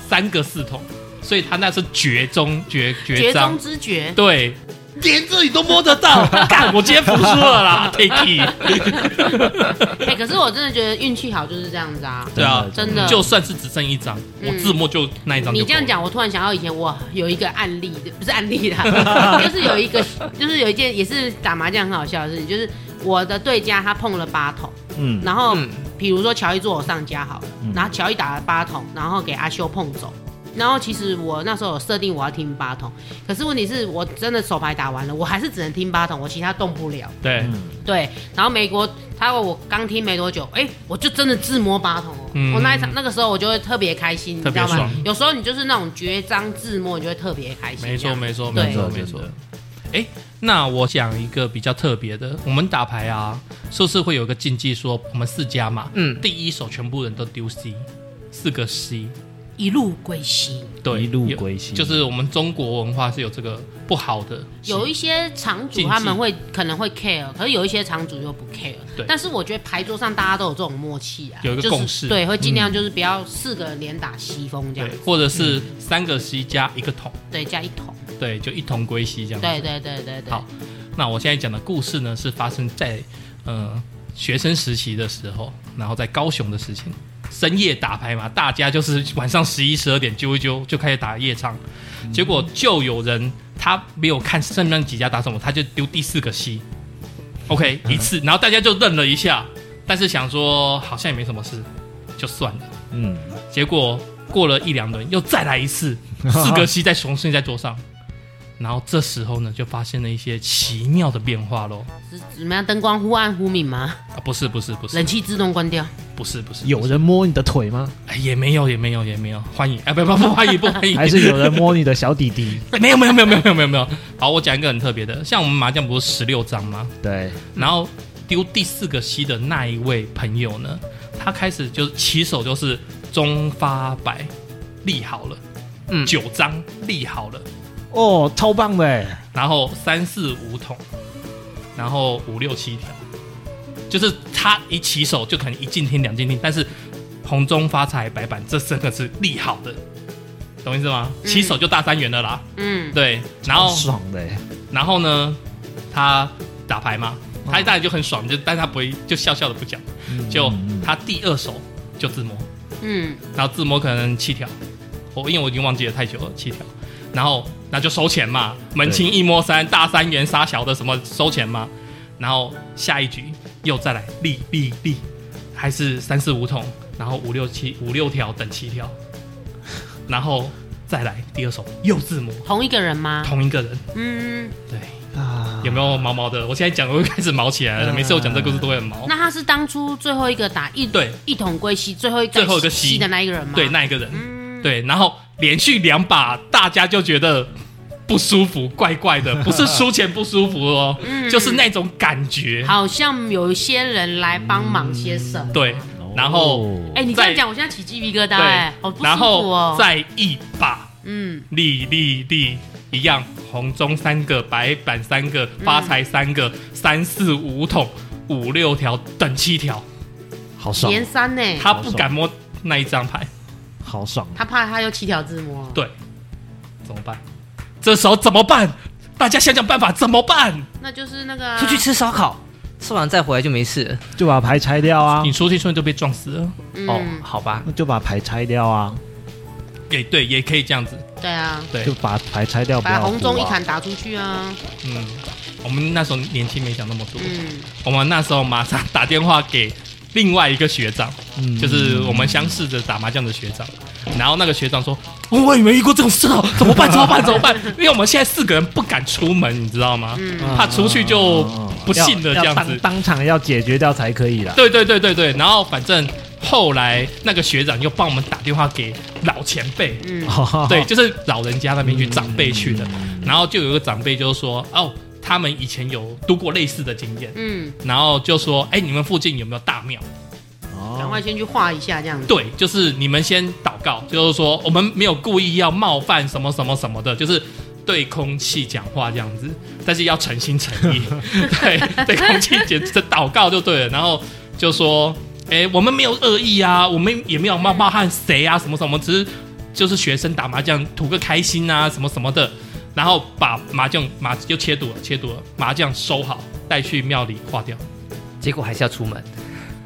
C: 三个四筒，所以她那是绝中绝绝
B: 绝
C: 招
B: 中，之
C: [LAUGHS]
B: 绝，
C: 对，连这里都摸得
B: [LAUGHS]
C: 到，干，我今天服输了啦 t a
B: 哎、可是我真的觉得运气好就是这样子啊。
C: 对啊
B: 真的
C: 就算是只剩一张，我
B: 嗯
C: 自摸就那一张。
B: 你这样，讲，我突然想到以前我有一个案例，不是案例啦，就是有一个，就是有一件也是打麻将很好笑的事情，就是我的对家他碰了八筒，
A: 嗯，
B: 然后
D: 嗯
B: 比如说乔伊做我上家好了，
A: 嗯
B: 然后乔伊打了八筒，然后给阿修碰走。然后其实我那时候有设定我要听八筒，可是问题是我真的手牌打完了，我还是只能听八筒，我其他动不了。
C: 对，
A: 嗯
B: 对，然后美国他我刚听没多久，哎，我就真的自摸八筒哦。
C: 嗯
B: 我那一场那个时候我就会特别开心，你
C: 特
B: 知
C: 别
B: 道吗
C: 爽？
B: 有时候你就是那种绝招自摸，你就会特别开心。
C: 没
B: 这
C: 错，
B: 样
C: 没错，
B: 对
C: 没错，没错。哎，那我讲一个比较特别的，我们打牌啊，是不是会有个禁忌说我们四家嘛，
D: 嗯
C: 第一手全部人都丢 C，四个 C，
B: 一路归西。
C: 对，
A: 一路
C: 有
A: 归西
C: 就是我们中国文化是有这个不好的，
B: 有一些场主
C: 禁忌
B: 他们会可能会 care，可是有一些场主又不 care。
C: 对
B: 但是我觉得牌桌上大家都有这种默契啊，
C: 有一个
B: 就是
C: 共识嗯
B: 对，会尽量就是不要四个连打西风这
C: 对
B: 样，，
C: 或者是
B: 嗯
C: 三个 C 加一个桶，
B: 对，加一桶，
C: 对，就一桶归西这样子。
B: 对对对对对
C: 好。那我现在讲的故事呢，是发生在呃学生时期的时候，然后在高雄的事情。深夜打牌嘛，大家就是晚上十一、十二点揪一揪就开始打夜场，结果就有人他没有看上面几家打什么，他就丢第四个 C。OK，一次，然后大家就愣了一下，但是想说好像也没什么事，就算了。
A: 嗯，
C: 结果过了一两轮，又再来
A: [LAUGHS]
C: 一次，四个西再重新在桌上。然后这时候呢，就发现了一些奇妙的变化喽。
B: 是怎么样？灯光忽暗忽明吗？
C: 啊，不是不是不是
B: 冷气自动关掉？
C: 不是不是，
A: 有人摸你的腿吗？
C: 哎也没有也没有也没有欢迎 [LAUGHS] 哎不
A: [LAUGHS]
C: 不不欢迎不欢迎，
A: 还是有人摸你的小弟弟？
C: [LAUGHS] 没有没有没有没有没有没有没有。好，我讲一个很特别的，像我们麻将不是十六张吗？
A: 对，
C: 然后丢第四个西的那一位朋友呢，他开始就起手就是中发白立好了，
D: 嗯
C: 九张立好了。
A: 哦，超棒的欸，
C: 然后三四五桶，然后五六七条，就是他一起手就可能一进厅两进厅，但是红中发财白板这三个是利好的，懂意思吗？
B: 嗯
C: 起手就大三元的啦，
B: 嗯，
C: 对，然后
A: 超爽的欸，
C: 然后呢，他打牌嘛，他当然就很爽，就但他不会就笑笑的不讲，就他第二手就自摸，
B: 嗯，
C: 然后自摸可能七条，我因为我已经忘记了太久了，七条。然后那就收钱嘛，门清一摸三，大三元杀小的什么收钱嘛。然后下一局又再来立立立，还是三四五桶，然后五六七五六条等七条，然后再来第二手又自摸，
B: 同一个人吗？
C: 同一个人，
B: 嗯，
C: 对，
A: 啊
C: 有没有毛毛的？我现在讲我又开始毛起来了，每次我讲这个故事都会很毛。
B: 那他是当初最后一个打一
C: 哦对
B: 一桶归西，最后一个
C: 最后一个西
B: 西的那一个人吗？
C: 对，那一个人，
B: 嗯，
C: 对，然后连续两把，大家就觉得不舒服，怪怪的，不是输钱不舒服哦，就是那种感觉。
B: 好像有一些人来帮忙些什么。
C: 嗯对，然后、
A: 哦
B: 哎、你这
C: 再
B: 样讲，我现在起鸡皮疙瘩、哎，好不
C: 对，
B: 舒
C: 然
B: 服
C: 后
B: 哦。
C: 再一把
B: 嗯，
C: 利利利一样，红中三个，白板三个，发财三个，三四五桶五六条等七条，
A: 好爽，
B: 连三呢、
C: 他不敢摸那一张牌，
A: 好爽，
B: 他怕他有七条哦自摸。
C: 对，怎么办？这时候怎么办？大家想想办法，怎么办？
B: 那就是那个啊、
D: 嗯出去吃烧烤，吃完再回来就没事了。
A: 就把牌拆掉啊
C: 你，出去瞬就被撞死了。
B: 嗯、
D: 哦，好吧，
A: 那就把牌拆掉啊，
C: 也对，也可以这样子。
B: 对啊，
C: 对
A: 就，把牌拆掉，不
B: 把
A: 要
B: 红中
A: 胡
B: 一
A: 啊
B: 砍打出去啊，
C: 嗯，我们那时候年轻没想那么多，
B: 嗯，
C: 我们那时候马上打电话给另外一个学长，
A: 嗯
C: 就是我们相似的打麻将的学长，然后那个学长说：“哦我也没遇过这种事啊，怎么办？怎么办？怎
B: [LAUGHS]
C: 么办？”因为我们现在四个人不敢出门，你知道吗？
B: 嗯
C: 怕出去就不信了这
A: 哦
C: 样
A: 要要
C: 子
A: 当。当场要解决掉才可以啦。
C: 对对对对对，然后反正后来那个学长又帮我们打电话给老前辈，
B: 嗯，
A: 哦 [LAUGHS]
C: 对，就是老人家那边去长辈去的，然后就有一个长辈就说：“哦，他们以前有读过类似的经验。”
B: 嗯，
C: 然后就说：“哎，你们附近有没有大庙？”
B: 赶
A: 哦，
B: 快先去画一下这样子，
C: 对，就是你们先祷告，就是说我们没有故意要冒犯什么什么什么的，就是对空气讲话这样子，但是要诚心诚意， [LAUGHS] 对对空气讲这祷告就对了，然后就说，哎、我们没有恶意啊，我们也没有冒冒犯谁啊，什么什么，只是就是学生打麻将图个开心啊，什么什么的。然后把麻将麻就切赌了，切赌了，麻将收好，带去庙里化掉。
D: 结果还是要出门。 [LAUGHS]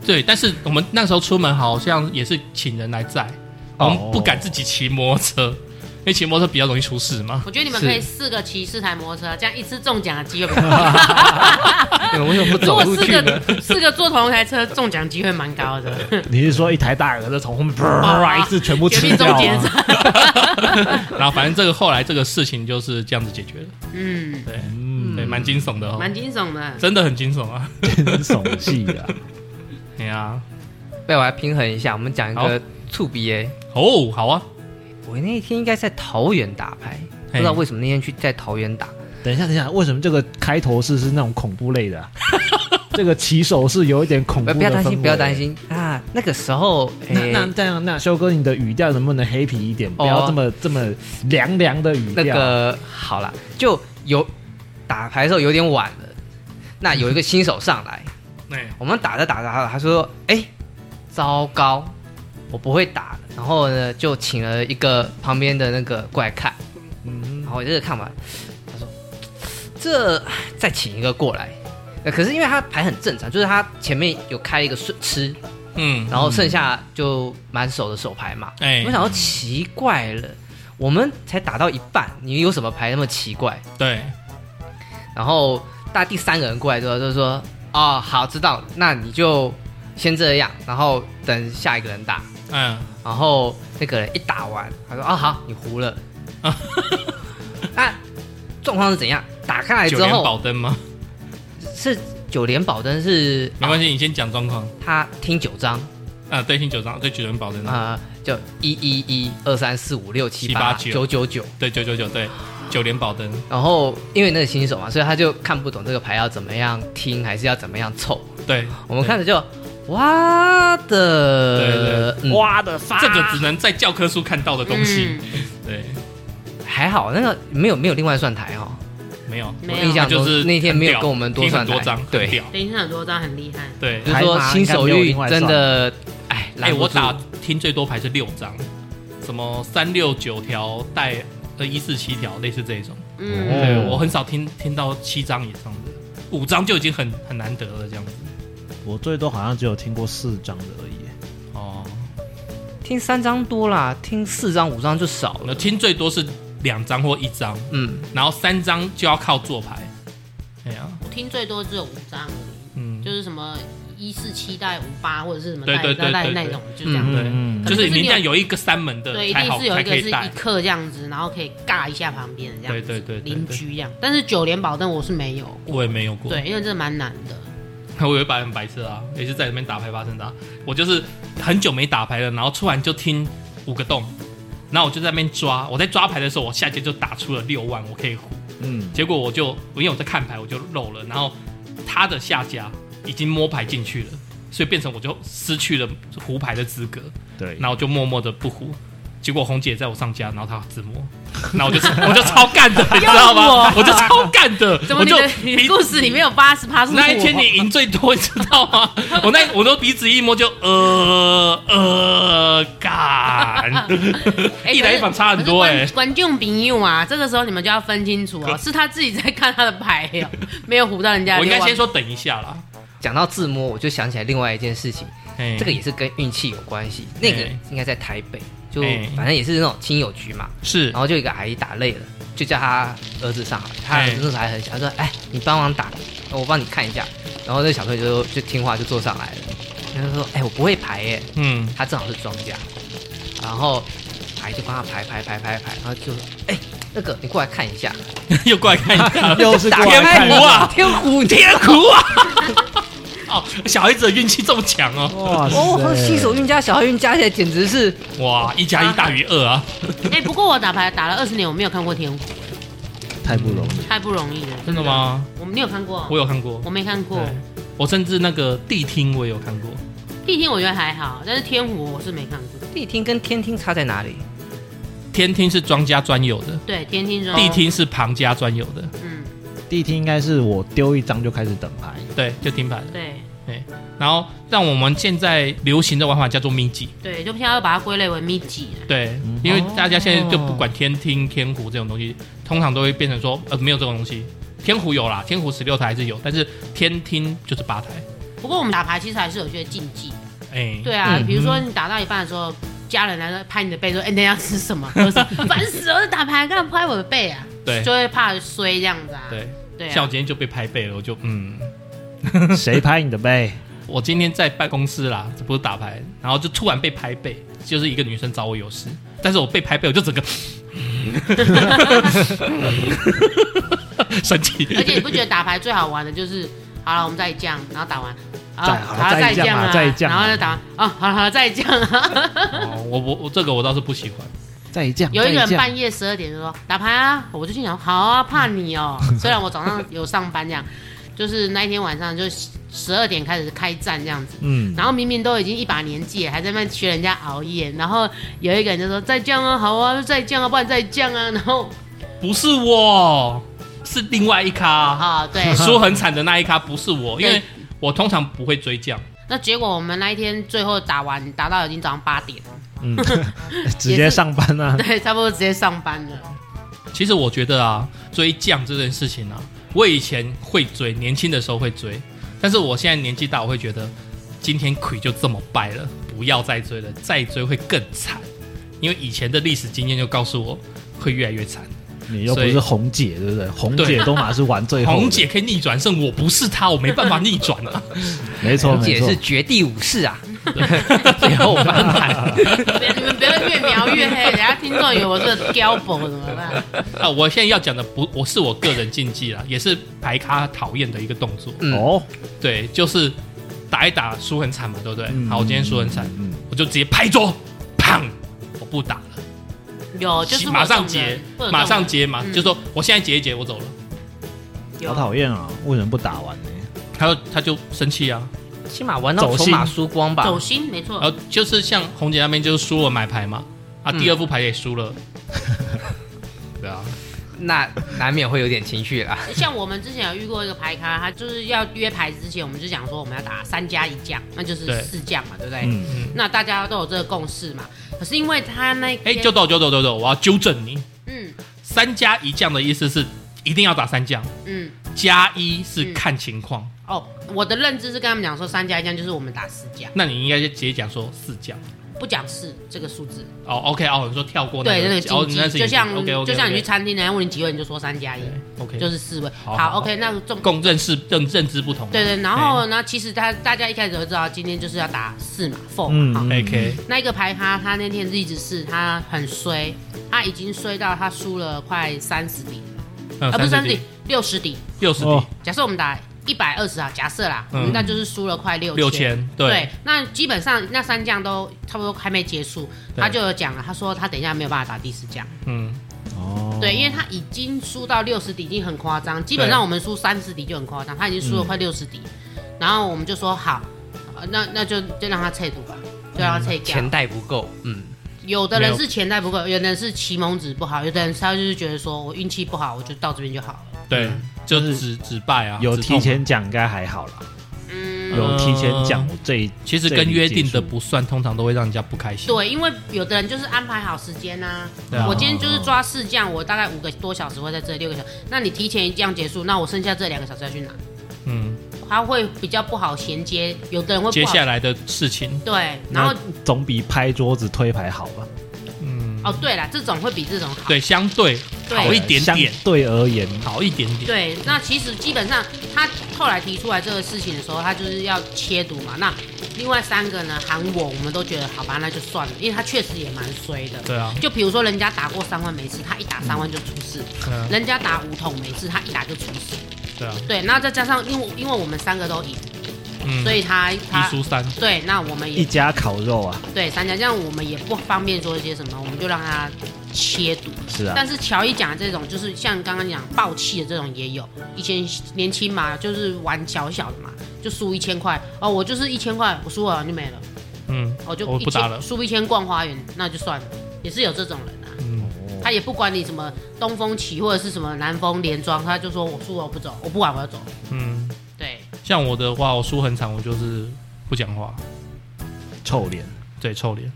C: 对，但是我们那时候出门好像也是请人来载，
A: 哦
C: 我们不敢自己骑摩托车，因为骑摩托车比较容易出事
A: [LAUGHS]
C: 嘛。
B: 我觉得你们
D: 是
B: 可以四个骑四台摩托车，这样一次中奖的机会比较
C: [LAUGHS]
B: 高。
D: 你们为什么不
B: 如
D: 走
B: 果
D: 路
B: 四
D: 去呢？
B: 个四个坐同一台车，中奖机会蛮高的。
A: 你是说一台大鹅的从后面
C: 啊
A: 啪一次全部
B: 绝
A: 吃
B: 命
A: 掉
B: 终
A: 啊？
B: 结者，
C: 然后反正这个后来这个事情就是这样子解决了，
B: [LAUGHS] 嗯，
C: 对，
A: 嗯，
C: 对，蛮惊悚的哦，
B: 蛮惊悚的。
C: 真的很惊悚
A: [LAUGHS]
C: 啊。
A: 惊悚戏啊！
C: 对啊，
D: 被我来平衡一下，我们讲一个触鼻 A。
C: 哦，好啊，
D: 我那一天应该在桃园打牌，不知道为什么那天去在桃园打。
A: 等一下，等一下，为什么这个开头式是那种恐怖类的啊？ [LAUGHS] 这个起手是有一点恐怖
D: 呃
A: 的
D: 不要担
A: 氛
D: 心，
A: 围
D: 不要担。心哎啊！那个时候，
A: 那
D: 诶、
A: 那这样，那修哥，你的语调能不能黑皮一点？不要这么这么凉凉的语
D: 哦那
A: 调。
D: 个好啦，就有打牌的时候有点晚了。那有一个新手上来，
C: 哎，
D: 我们打着打着打着，他说：“哎、糟糕，我不会打了。”然后呢，就请了一个旁边的那个过来看，然后我这个看完，他说：“ [SNIFFS] 这再请一个过来。”呃可是因为他牌很正常，就是他前面有开一个顺吃，
C: 嗯，
D: 然后剩下就满手的手牌嘛。
C: 哎
D: 我想说奇怪了，我们才打到一半，你有什么牌那么奇怪？
C: 对，
D: 然后大第三个人过来之后就说：“哦，好，知道了，那你就先这样，然后等下一个人打。
C: 嗯，”
D: 然后那个人一打完，他说：“哦，好，你胡了。” [LAUGHS] 啊，状况是怎样？打开来
C: 九
D: 哎之
C: 连
D: 后
C: 宝灯吗？
D: 是九连宝灯是，
C: 没关系，你先讲状况。
D: 他听九张
C: 啊，对，听九张，对，九连宝灯啊，
D: 啊、就一一一二三四五六七八
C: 七八
D: 九九九。
C: 对，九九九，对，九连宝灯，
D: 然后因为那个新手嘛，所以他就看不懂这个牌要怎么样听，还是要怎么样凑。
C: 对，
D: 我们看着就哇的，嗯
A: 哇的发
C: 这个只能在教科书看到的东西，
B: 嗯
D: 嗯
C: 对，
D: 还好，那个没有没有另外算台哦。
C: 没有，
B: 没
D: 我
B: 有
D: 印象
C: 就
D: 中
C: 是
D: 那天没
C: 很屌
D: 有跟我们多
C: 听
D: 算
C: 很
D: 台，
C: 多张，很
D: 对，
C: [LAUGHS] 屌
B: 林很多张很厉害，
C: 对，
D: 就是说新手率真的，哎，
C: 哎、
D: 拦不
C: 我
D: 住
C: 打听最多牌是六张，什么三六九条带呃一四七条，类似这一种。
B: 嗯，
C: 对
A: 哦
C: 我很少听听到七张以上的，五张就已经很很难得了这样子。
A: 我最多好像只有听过四张的而已。
C: 哦，
D: 听三张多啦，听四张五张就少
C: 我
D: 了。
C: 听最多是两张或一张，
D: 嗯，
C: 然后三张就要靠做牌。哎呀、
B: 我听最多只有五张，
C: 嗯，
B: 就是什么一四七带五八或者是什么
C: 对
B: 带
C: 对对
B: 带带
C: 对
B: 那
C: 对
B: 种，就这样。
C: 对，
A: 嗯
C: 就是
B: 可是
C: 你
B: 你
C: 一定要有一个三门的
B: 对，一
C: 才
B: 定
C: 好
B: 是有
C: 才
B: 一
C: 可
B: 个
C: 以
B: 是一
C: 带。
B: 克这样子，然后可以尬一下旁边的这样子，
C: 对对对对对
B: 邻居这样。但是九连保证我是没有，
C: 我也没有过，
B: 对，因为这蛮难的。
C: 我有一把很白痴啊，也是在那边打牌发生的啊、我就是很久没打牌了，然后突然就听五个洞，然后我就在那边抓。我在抓牌的时候，我下街就打出了六万，我可以胡。
A: 嗯，
C: 结果我就因为我在看牌，我就漏了。然后他的下家已经摸牌进去了，所以变成我就失去了胡牌的资格。
A: 对。
C: 然后我就默默的不胡。结果红姐在我上家，然后她自摸，然后我就我就超干的，你知道吗？我就超干的，
B: 怎么
C: 我
B: 你
C: 就
B: 的你的 [LAUGHS]
C: 鼻
B: 故事里面有八十趴是我
C: [LAUGHS] 那一天你赢最多，你知道
B: [LAUGHS]
C: 吗？我那我都鼻子一摸就呃呃
B: [LAUGHS]
C: 干，
B: 哎
C: 一来一往差很多
B: 可是
C: 哎
B: 观观众朋友啊，这个时候你们就要分清楚哦，是他自己在看他的牌
C: [LAUGHS]
B: 哦，没有唬到人家。
C: 我应该先，说等一下啦。
D: 讲到自摸，我就想起来另外一件事情，
C: 哎
D: 这个也是跟运气有关系。那个
C: 哎
D: 应该在台北，就
C: 哎
D: 反正也是那种亲友局嘛，
C: 是
D: 然后就有一个阿姨打累了，就叫她儿子上好了，她儿
C: 哎
D: 子那时候还很小，她说：“哎，你帮忙打，我帮你看一下。”然后那小朋友就就听话就坐上来了，然后说：“哎，我不会排耶。”
C: 嗯， [LAUGHS]
D: 他正好是庄家，然后阿姨就帮他排排排排排，然后就说：“哎，那个你过来看一下，
C: 又过来看一下，
A: [LAUGHS] 又是
D: 打
A: 过来看
D: 开
A: 一
D: 门
A: 下
D: 啊，天胡天
C: 苦
A: [LAUGHS]
C: 啊！哦，小孩子的运气这么强哦，
A: 哇
D: 哦，新手运加小运加起来简直是
C: 哇，一加一大于二啊！
B: 哎、不过我打牌打了二十年，我没有看过天胡，
A: 太不容易。
B: 太不容易了。
C: 真的？吗？
B: 我们你有看过？啊
C: 我有看过
B: 我，没看过
C: 对。我甚至那个地听我也有看过，
B: 地天我觉得还好，但是天胡我是没看过。
D: 地听跟天听差在哪里？
C: 天听是庄家专有的，
B: 对，天听庄
C: 地，听是旁家专有的，
B: 嗯，
A: 第一题应该是我丢一张就开始等牌，
C: 对，就听牌的。
B: 对
C: 然后让我们现在流行的玩法叫做秘籍，
B: 对，就现在要把它归类为秘籍了。
C: 对
A: 嗯，
C: 因为大家现在就不管天听、天胡这种东西，通常都会变成说呃没有这种东西。天胡有啦，天胡十六台还是有，但是天听就是八台。
B: 不过我们打牌其实还是有一些禁忌，
C: 哎，
B: 对啊，
D: 嗯
B: 比如说你打到一半的时候，家人来了拍你的背说：“哎、你要吃什么？”我说烦死了，我在打牌干嘛拍我的背啊？
C: 对
B: 就会怕衰这样子啊。
C: 对，
B: 对
C: 像我
B: 啊，
C: 今天就被拍背了，我就嗯，
A: 谁拍你的背？我
C: 我今天在办公室啦，这不是打牌，然后就突然被拍背，就是一个女生找我有事，但是我被拍背，我就整个生气，
B: 而且你不觉得打牌最好玩的就是，好了，我们再这样，然后打完，啊
A: 再好了再
B: 这
A: 降
B: 样
A: 啊
B: 啊，
A: 再降啊
B: 然后再打完，啊，好了好了，再这样啊。
C: [LAUGHS] 哦我我我这个我倒是不喜欢，
A: 再降，
B: 有一个
A: 再
B: 人
A: 降
B: 半夜十二点就说打牌啊，我就心想好啊，怕你哦。虽然我早上有上班这样，就是那一天晚上就十二点开始开战这样子，
A: 嗯，
B: 然后明明都已经一把年纪了，还在那边学人家熬夜，然后有一个人就说再降啊，好啊，再降啊，不然再降啊， [LAUGHS] 然后
C: 不是我，是另外一咖，
B: 啊对，
C: 输很惨的那一咖不是我，因为
B: 对
C: 我通常不会追降，
B: 那结果我们那一天最后打完打到已经早上八点了，
A: 嗯
D: [LAUGHS]
A: [LAUGHS] 直接上班啊，
B: 对，差不多直接上班了，
C: 其实我觉得啊，追降这件事情啊，我以前会追，年轻的时候会追，但是我现在年纪大，我会觉得今天亏就这么败了，不要再追了，再追会更惨，因为以前的历史经验就告诉我会越来越惨。
A: 你又不
C: 所以
A: 是红姐，对不对？红
C: 对
A: 姐都马是玩最后的，
C: 红姐可以逆转胜，我不是她，我没办法逆转啊。
A: 没错没
D: 姐
A: 错
D: 是，绝地武士啊，最
C: 啊
D: 后翻盘。
B: 别 [LAUGHS] 你们不要越描越黑，人家听众以为我是标博怎么办？
C: 啊，我现在要讲的不，我是我个人禁忌啦，也是牌咖讨厌的一个动作。
D: 嗯，
A: 哦，
C: 对，就是打一打输很惨嘛，对不对？
A: 嗯
C: 好，我今天输很惨，
A: 嗯，
C: 我就直接拍桌，砰，我不打了，
B: 有哦就是
C: 马上
B: 结
C: 结，，马上
B: 结，
C: 结嘛，
B: 嗯
C: 就说我现在结一结，我走了。
B: 有
A: 好讨厌啊，为什么不打完呢？
C: 他就他就生气啊，
B: 嗯
D: 起码玩到筹码输光吧。
B: 走心没错
C: 然。后就是像红姐那边就是输了买牌嘛，啊，
B: 嗯
C: 第二副牌也输
A: [LAUGHS]
C: 了，对啊，
D: 那难免会有点情绪啦。
B: 像我们之前有遇过一个牌咖，他就是要约牌之前，我们就讲说我们要打三加一将，那就是
C: 对
B: 四将嘛，对不对？
A: 嗯，
C: 嗯，
B: 那大家都有这个共识嘛。可是因为他那
C: 哎，
B: 天
C: 就斗就斗就斗，我要纠正你，
B: 嗯
C: 三加一将的意思是一定要打三将，
B: 嗯
C: 加一是
B: 嗯
C: 看情况，
B: 哦，我的认知是跟他们讲说三加一将就是我们打四将，
C: 那你应该就直接讲说四将。
B: 不讲四这个数字。
C: 哦，OK，哦，你说跳过
B: 对，
C: 那
B: 那
C: 个
B: 个
C: 哦
B: 禁忌，
C: 那是
B: 就像
C: OK OK，
B: 就像你去餐厅，人家问你几位，你就说三加一，
C: OK，
B: 就是是四位。
C: 好好哎
B: o k 那重
C: 共认识认认知不同嘛。
B: 对对，然后呢，其实他大家一开始都知道今天就是要打四嘛，four
A: 嗯
B: 嘛，好。
C: 哎 OK，
B: 那一个牌咖，他那天日子是他很衰，他已经衰到他输了快三十底，
C: 嗯，
B: 啊不是三
C: 三
B: 十底，六十底。
C: 六十
A: 哦
C: 底，
B: 假设我们打一百二十啊，假设啦，
C: 嗯
B: 那就是输了快六
C: 六。千，对，
B: 那基本上那三将都差不多还没结束，
C: 对
B: 他就有讲了，他说他等一下没有办法打第四将，
C: 嗯，
A: 哦，
B: 对，因为他已经输到六十底已经很夸张，基本上我们输三十底就很夸张，他已经输了快六十底，
C: 嗯
B: 然后我们就说好，呃那那就就让他退赌吧，就让他退掉。
D: 钱袋不够，嗯，
B: 有的人
C: 没
B: 是钱袋不够，有的人是启蒙值不好，有的人他就是觉得说我运气不好，我就到这边就好了。
C: 对，
A: 嗯就
C: 就
A: 是
C: 只只败啊，
A: 有
C: 止
A: 提
C: 痛啊。
A: 前讲应该还好啦，
B: 嗯，
A: 有提前讲我这一
C: 其实跟约定的不算，通常都会让人家不开心。
B: 对，因为有的人就是安排好时间呐、
C: 对啊
B: 我今天就是抓四将，我大概五个多小时会在这里，六个小时。那你提前一将结束，那我剩下这两个小时要去哪？
C: 嗯，
B: 他会比较不好衔接，有的人会
C: 接
B: 不好
C: 下来的事情，
B: 对，然
A: 那
B: 后
A: 总比拍桌子推牌好吧？
B: 哦，对了，这种会比这种好。
C: 嗯对，相对
B: 对
C: 哎好一点
A: 相
C: 点，
A: 对而言，
C: 好一点点。
B: 对，那其实基本上他后来提出来这个事情的时候，他就是要切毒嘛。那另外三个呢，喊我，我们都觉得好吧，那就算了，因为他确实也蛮衰的。
C: 对啊，
B: 就比如说人家打过三万没事，他一打三万就出事；
C: 嗯，
B: 人家打五桶没事，他一打就出事。
C: 对啊，
B: 对，那再加上因为因为我们三个都赢，
C: 嗯，
B: 所以他他
C: 一输三，
B: 对，那我们
A: 一
B: 也
A: 家烤肉啊，
B: 对三家，这样我们也不方便做一些什么，我们就让他切毒。
A: 是啊，
B: 但是乔伊讲的这种，就是像刚刚讲爆气的这种也有，以前年轻嘛，就是玩小小的嘛，就输一千块哦，我就是一千块，我输了就没了，
C: 嗯，
B: 我、哦、就
C: 我
B: 一
C: 不打
B: 千
C: 了
B: 输一千逛花园那就算了，也是有这种人啊，
C: 嗯，
A: 哦
B: 他也不管你什么东风起或者是什么南风连庄，他就说我输了我不走，我不管我要走，
C: 嗯，
B: 对，，
C: 像我的话，我输很惨，我就是不讲话，
A: 臭脸，
C: 对，臭脸。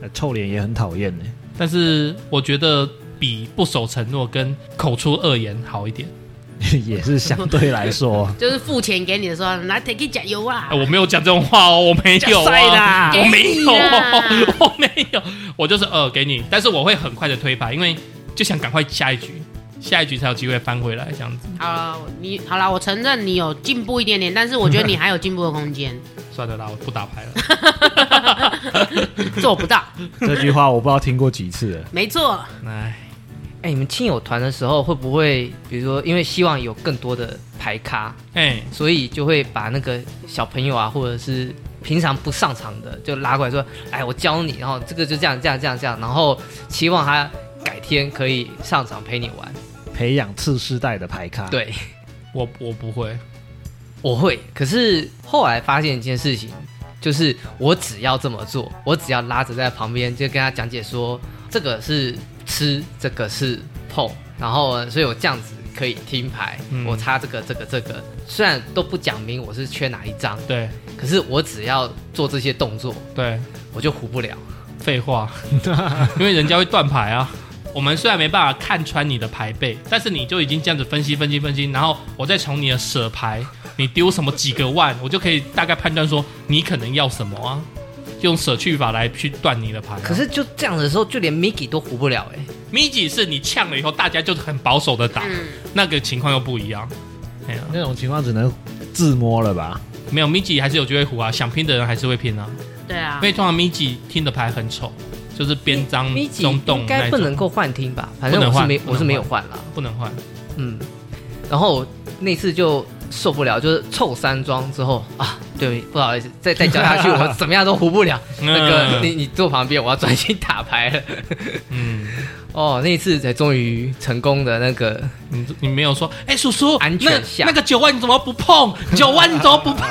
A: 呃臭脸也很讨厌呢。 [LAUGHS]
C: 但是我觉得比不守承诺跟口出恶言好一点。
A: 也是相对来说啊
B: 就是付钱给你的时候，拿 take 加油啊
C: 哎，，我没有讲这种话哦，我没有
A: 假赛
C: 啊
A: 啦，
C: 我没有啊
B: 给你啦，
C: 我没有，我就是呃给你，但是我会很快的推牌，因为就想赶快下一局，下一局才有机会翻回来这样子。
B: 好了，你好了，我承认你有进步一点点，但是我觉得你还有进步的空间， [LAUGHS]
C: 算了啦，我不打牌了。
B: 做不到，
A: 这句话我不知道听过几次了。
B: 没错。
C: 哎，
D: 哎，你们亲友团的时候会不会，比如说，因为希望有更多的牌咖，
C: 哎，
D: 所以就会把那个小朋友啊，或者是平常不上场的，就拉过来说：“哎，我教你，然后这个就这样，这样，这样，这样。”然后期望他改天可以上场陪你玩。
A: 培养次世代的牌咖，，
D: 对，
C: 我我不会，
D: 我会。可是后来发现一件事情，就是我只要这么做，我只要拉着在旁边，就跟他讲解说：“这个是吃，这个是碰。”然后呢，所以我这样子可以听牌，
C: 嗯
D: 我插这个、这个、这个，虽然都不讲明我是缺哪一张。
C: 对
D: 可是我只要做这些动作，
C: 对，
D: 我就胡不了。
C: 废话， [LAUGHS] 因为人家会断牌啊。我们虽然没办法看穿你的牌背，但是你就已经这样子分析、分析、分析，然后我再从你的舍牌，你丢什么几个万，我就可以大概判断说你可能要什么啊，用舍去法来去断你的牌啊、
D: 可是就这样的时候，就连 Miki 都胡不了哎、
C: 米几是你呛了以后，大家就很保守的打，
B: 嗯
C: 那个情况又不一样。哎呀、
A: 那种情况只能自摸了吧？
C: 没有米几还是有机会胡啊，想拼的人还是会拼啊，
B: 对啊
C: 因，为通常米几听的牌很丑，就是边张
D: Miki
C: 嗯中洞
D: 应
C: 那
D: 该
C: 一
D: 不
C: 种
D: 能够换听吧？反
C: 不
D: 正
C: 能
D: 我是
C: 换
D: 没
C: 不能
D: 我是没有换啦。
C: 不能换，
D: 嗯，然后我那次就受不了，就是凑三庄之后啊，对，不好意思，再再教下去我怎么样都胡不了。
B: 嗯
D: 那个你你坐旁边，我要专心打
B: [LAUGHS]
D: 牌了。
C: 嗯。
D: 哦，那一次才终于成功的那个，
C: 你你没有说，哎、叔叔，
D: 安全下
C: 那那个九万你怎么不 [LAUGHS] 碰？九万你怎么不碰？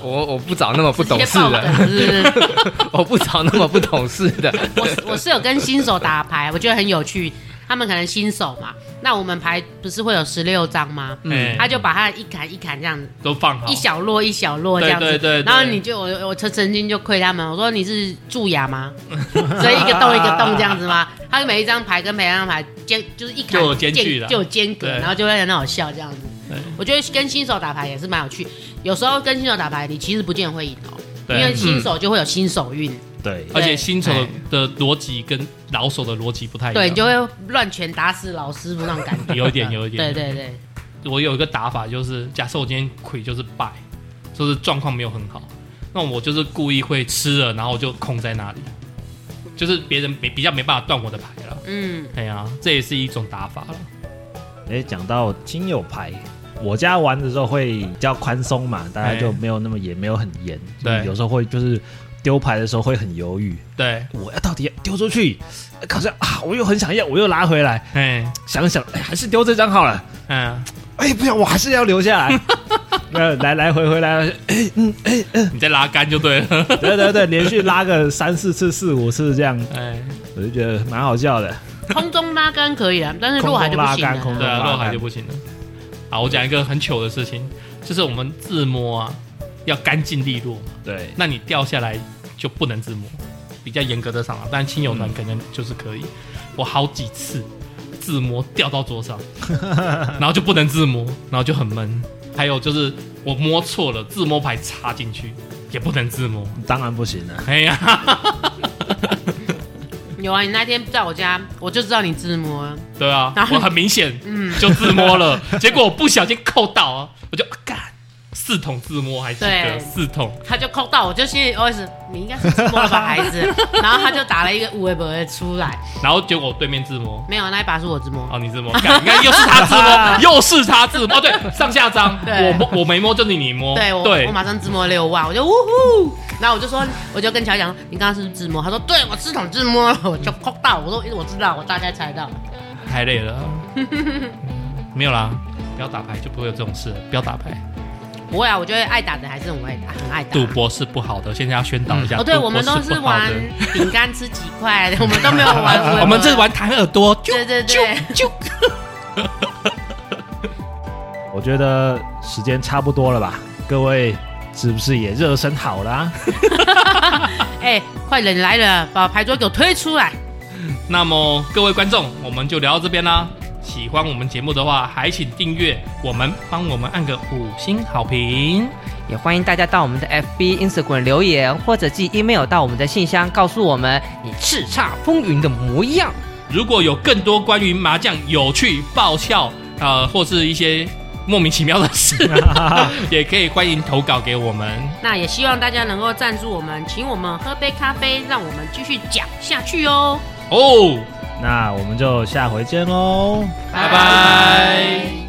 D: 我我不找那么不懂
B: 直
D: 事
B: 接爆
D: 的，
B: 梗是不是？
D: [LAUGHS] 我不找那么不懂事
B: [LAUGHS]
D: 的。
B: 我是我是有跟新手打牌，我觉得很有趣。他们可能新手嘛，那我们牌不是会有十六张吗？
C: 嗯，
B: 他就把它一砍一砍这样子，
C: [LAUGHS] 都放好
B: 一，小摞一小摞这样子。
C: 对对对对
B: 然后你就我我曾曾经就亏他们，我说你是蛀牙吗？ [LAUGHS] 所以一个洞一个洞这样子吗？他每一张牌跟每一张牌间就是一砍
C: 就有间距
B: 间
C: 了
B: 就有间隔，
C: 对
B: 然后就会很好笑这样子
C: 对。
B: 我觉得跟新手打牌也是蛮有趣，有时候跟新手打牌，你其实不见得会赢哦，因
C: 对嗯
B: 为新手就会有新手运。
A: 对，
C: 而且新手的逻辑跟老手的逻辑不太一样。，
B: 对，你就会乱拳打死老师傅那种感觉
C: [LAUGHS] 有一点有一
B: 对
C: 点
B: 对对，
C: 我有一个打法，就是假设我今天亏就是败，就是状况没有很好，那我就是故意会吃了，然后我就空在那里，就是别人没比较没办法断我的牌了。
B: 嗯，
C: 哎呀、这也是一种打法了。
A: 哎，讲到亲友牌，我家玩的时候会比较宽松嘛，大家就没有那么严，没有很严，
C: 对
A: 就是有时候会就是丢牌的时候会很犹豫，
C: 对，
A: 我要到底要丢出去，可是啊，我又很想要，我又拉回来，
C: 哎，
A: 想想哎，还是丢这张好了。
C: 嗯，
A: 哎，不行，我还是要留下 [LAUGHS] 来。呃，来来回回来，
C: 你再拉杆就对了。
A: 对对对，连续拉个三四次、四五次这样，
C: 哎，
A: 我就觉得蛮好笑的。
B: 空中拉杆可以啊，但是
A: 空
B: 落海就
A: 中
B: 不
A: 拉
B: 行
A: 杆，
B: 了。
A: 空
C: 对
A: 中
C: 啊，
A: 拉
C: 落海
A: 杆
C: 就，不行了。好，我讲一个很糗的事情，就是我们自摸啊，要干净利落嘛。
A: 对，
C: 那你掉下来就不能自摸，比较严格的赏啊。但亲友团可能就是可以。我好几次自摸掉到桌上，然后就不能自摸，然后就很闷。还有就是我摸错了，自摸牌插进去也不能自摸。
A: 啊
C: 哎
A: 当然不行了。
C: 哎呀，
B: 你有啊，你那天在我家，我就知道你自摸了。
C: 对啊
B: 然，后嗯
C: 我很明显就自摸了， [LAUGHS] 结果我不小心扣到啊，我就啊干、四桶自摸还记得
B: 对
C: 四桶，
B: 他就扣到我，就心里 OS：你应该是自摸了吧，孩子。然后他就打了一个五微博出来，
C: 然后结果我对面自摸。
B: 没有那一把是我自摸。
C: 哦，你
B: [LAUGHS]
C: 自摸，干你看又是他自摸，又是他自摸，哦，对，上下张，
B: 啊 [LAUGHS] 对
C: 我摸我没摸，就是你摸，
B: 对我，我马上自摸六万，我就呜呼，然后我就说，我就跟乔讲，你刚刚是不是自摸？他说，对我自捅自摸了，我就扣到，我说我知道，我大概猜到，
C: 太
B: [LAUGHS]
C: 累了，没有啦，不要打牌就不会有这种事了，不要打牌，
B: 不会啊，我觉得爱打的还是很爱打，很爱打
C: 赌。博是不好的，现在要宣导一下，
B: 啊哦，对，
C: 赌博
B: 我们都
C: 是
B: 是
C: 不好
B: 玩
C: 的
B: 饼干吃几块，我们都没有玩。
C: [LAUGHS] 我们这，玩弹耳朵，就
B: 对对对，
C: 就
A: 我觉得时间差不多了吧，各位是不是也热身好了、啊？ [LAUGHS]
B: 哎，快人来了，把牌桌给我推出来。
C: 那么各位观众，我们就聊到这边啦。喜欢我们节目的话，还请订阅我们，帮我们按个五星好评。
D: 也欢迎大家到我们的 FB、Instagram 留言，或者寄 email 到我们的信箱，告诉我们你叱咤风云的模样。
C: 如果有更多关于麻将有趣、爆笑啊、呃或是一些莫名其妙的事，也可以欢迎投稿给我们。
B: 那也希望大家能够赞助我们，请我们喝杯咖啡，让我们继续讲下去哦。
C: 哦，
A: 那我们就下回见喽。
C: 拜拜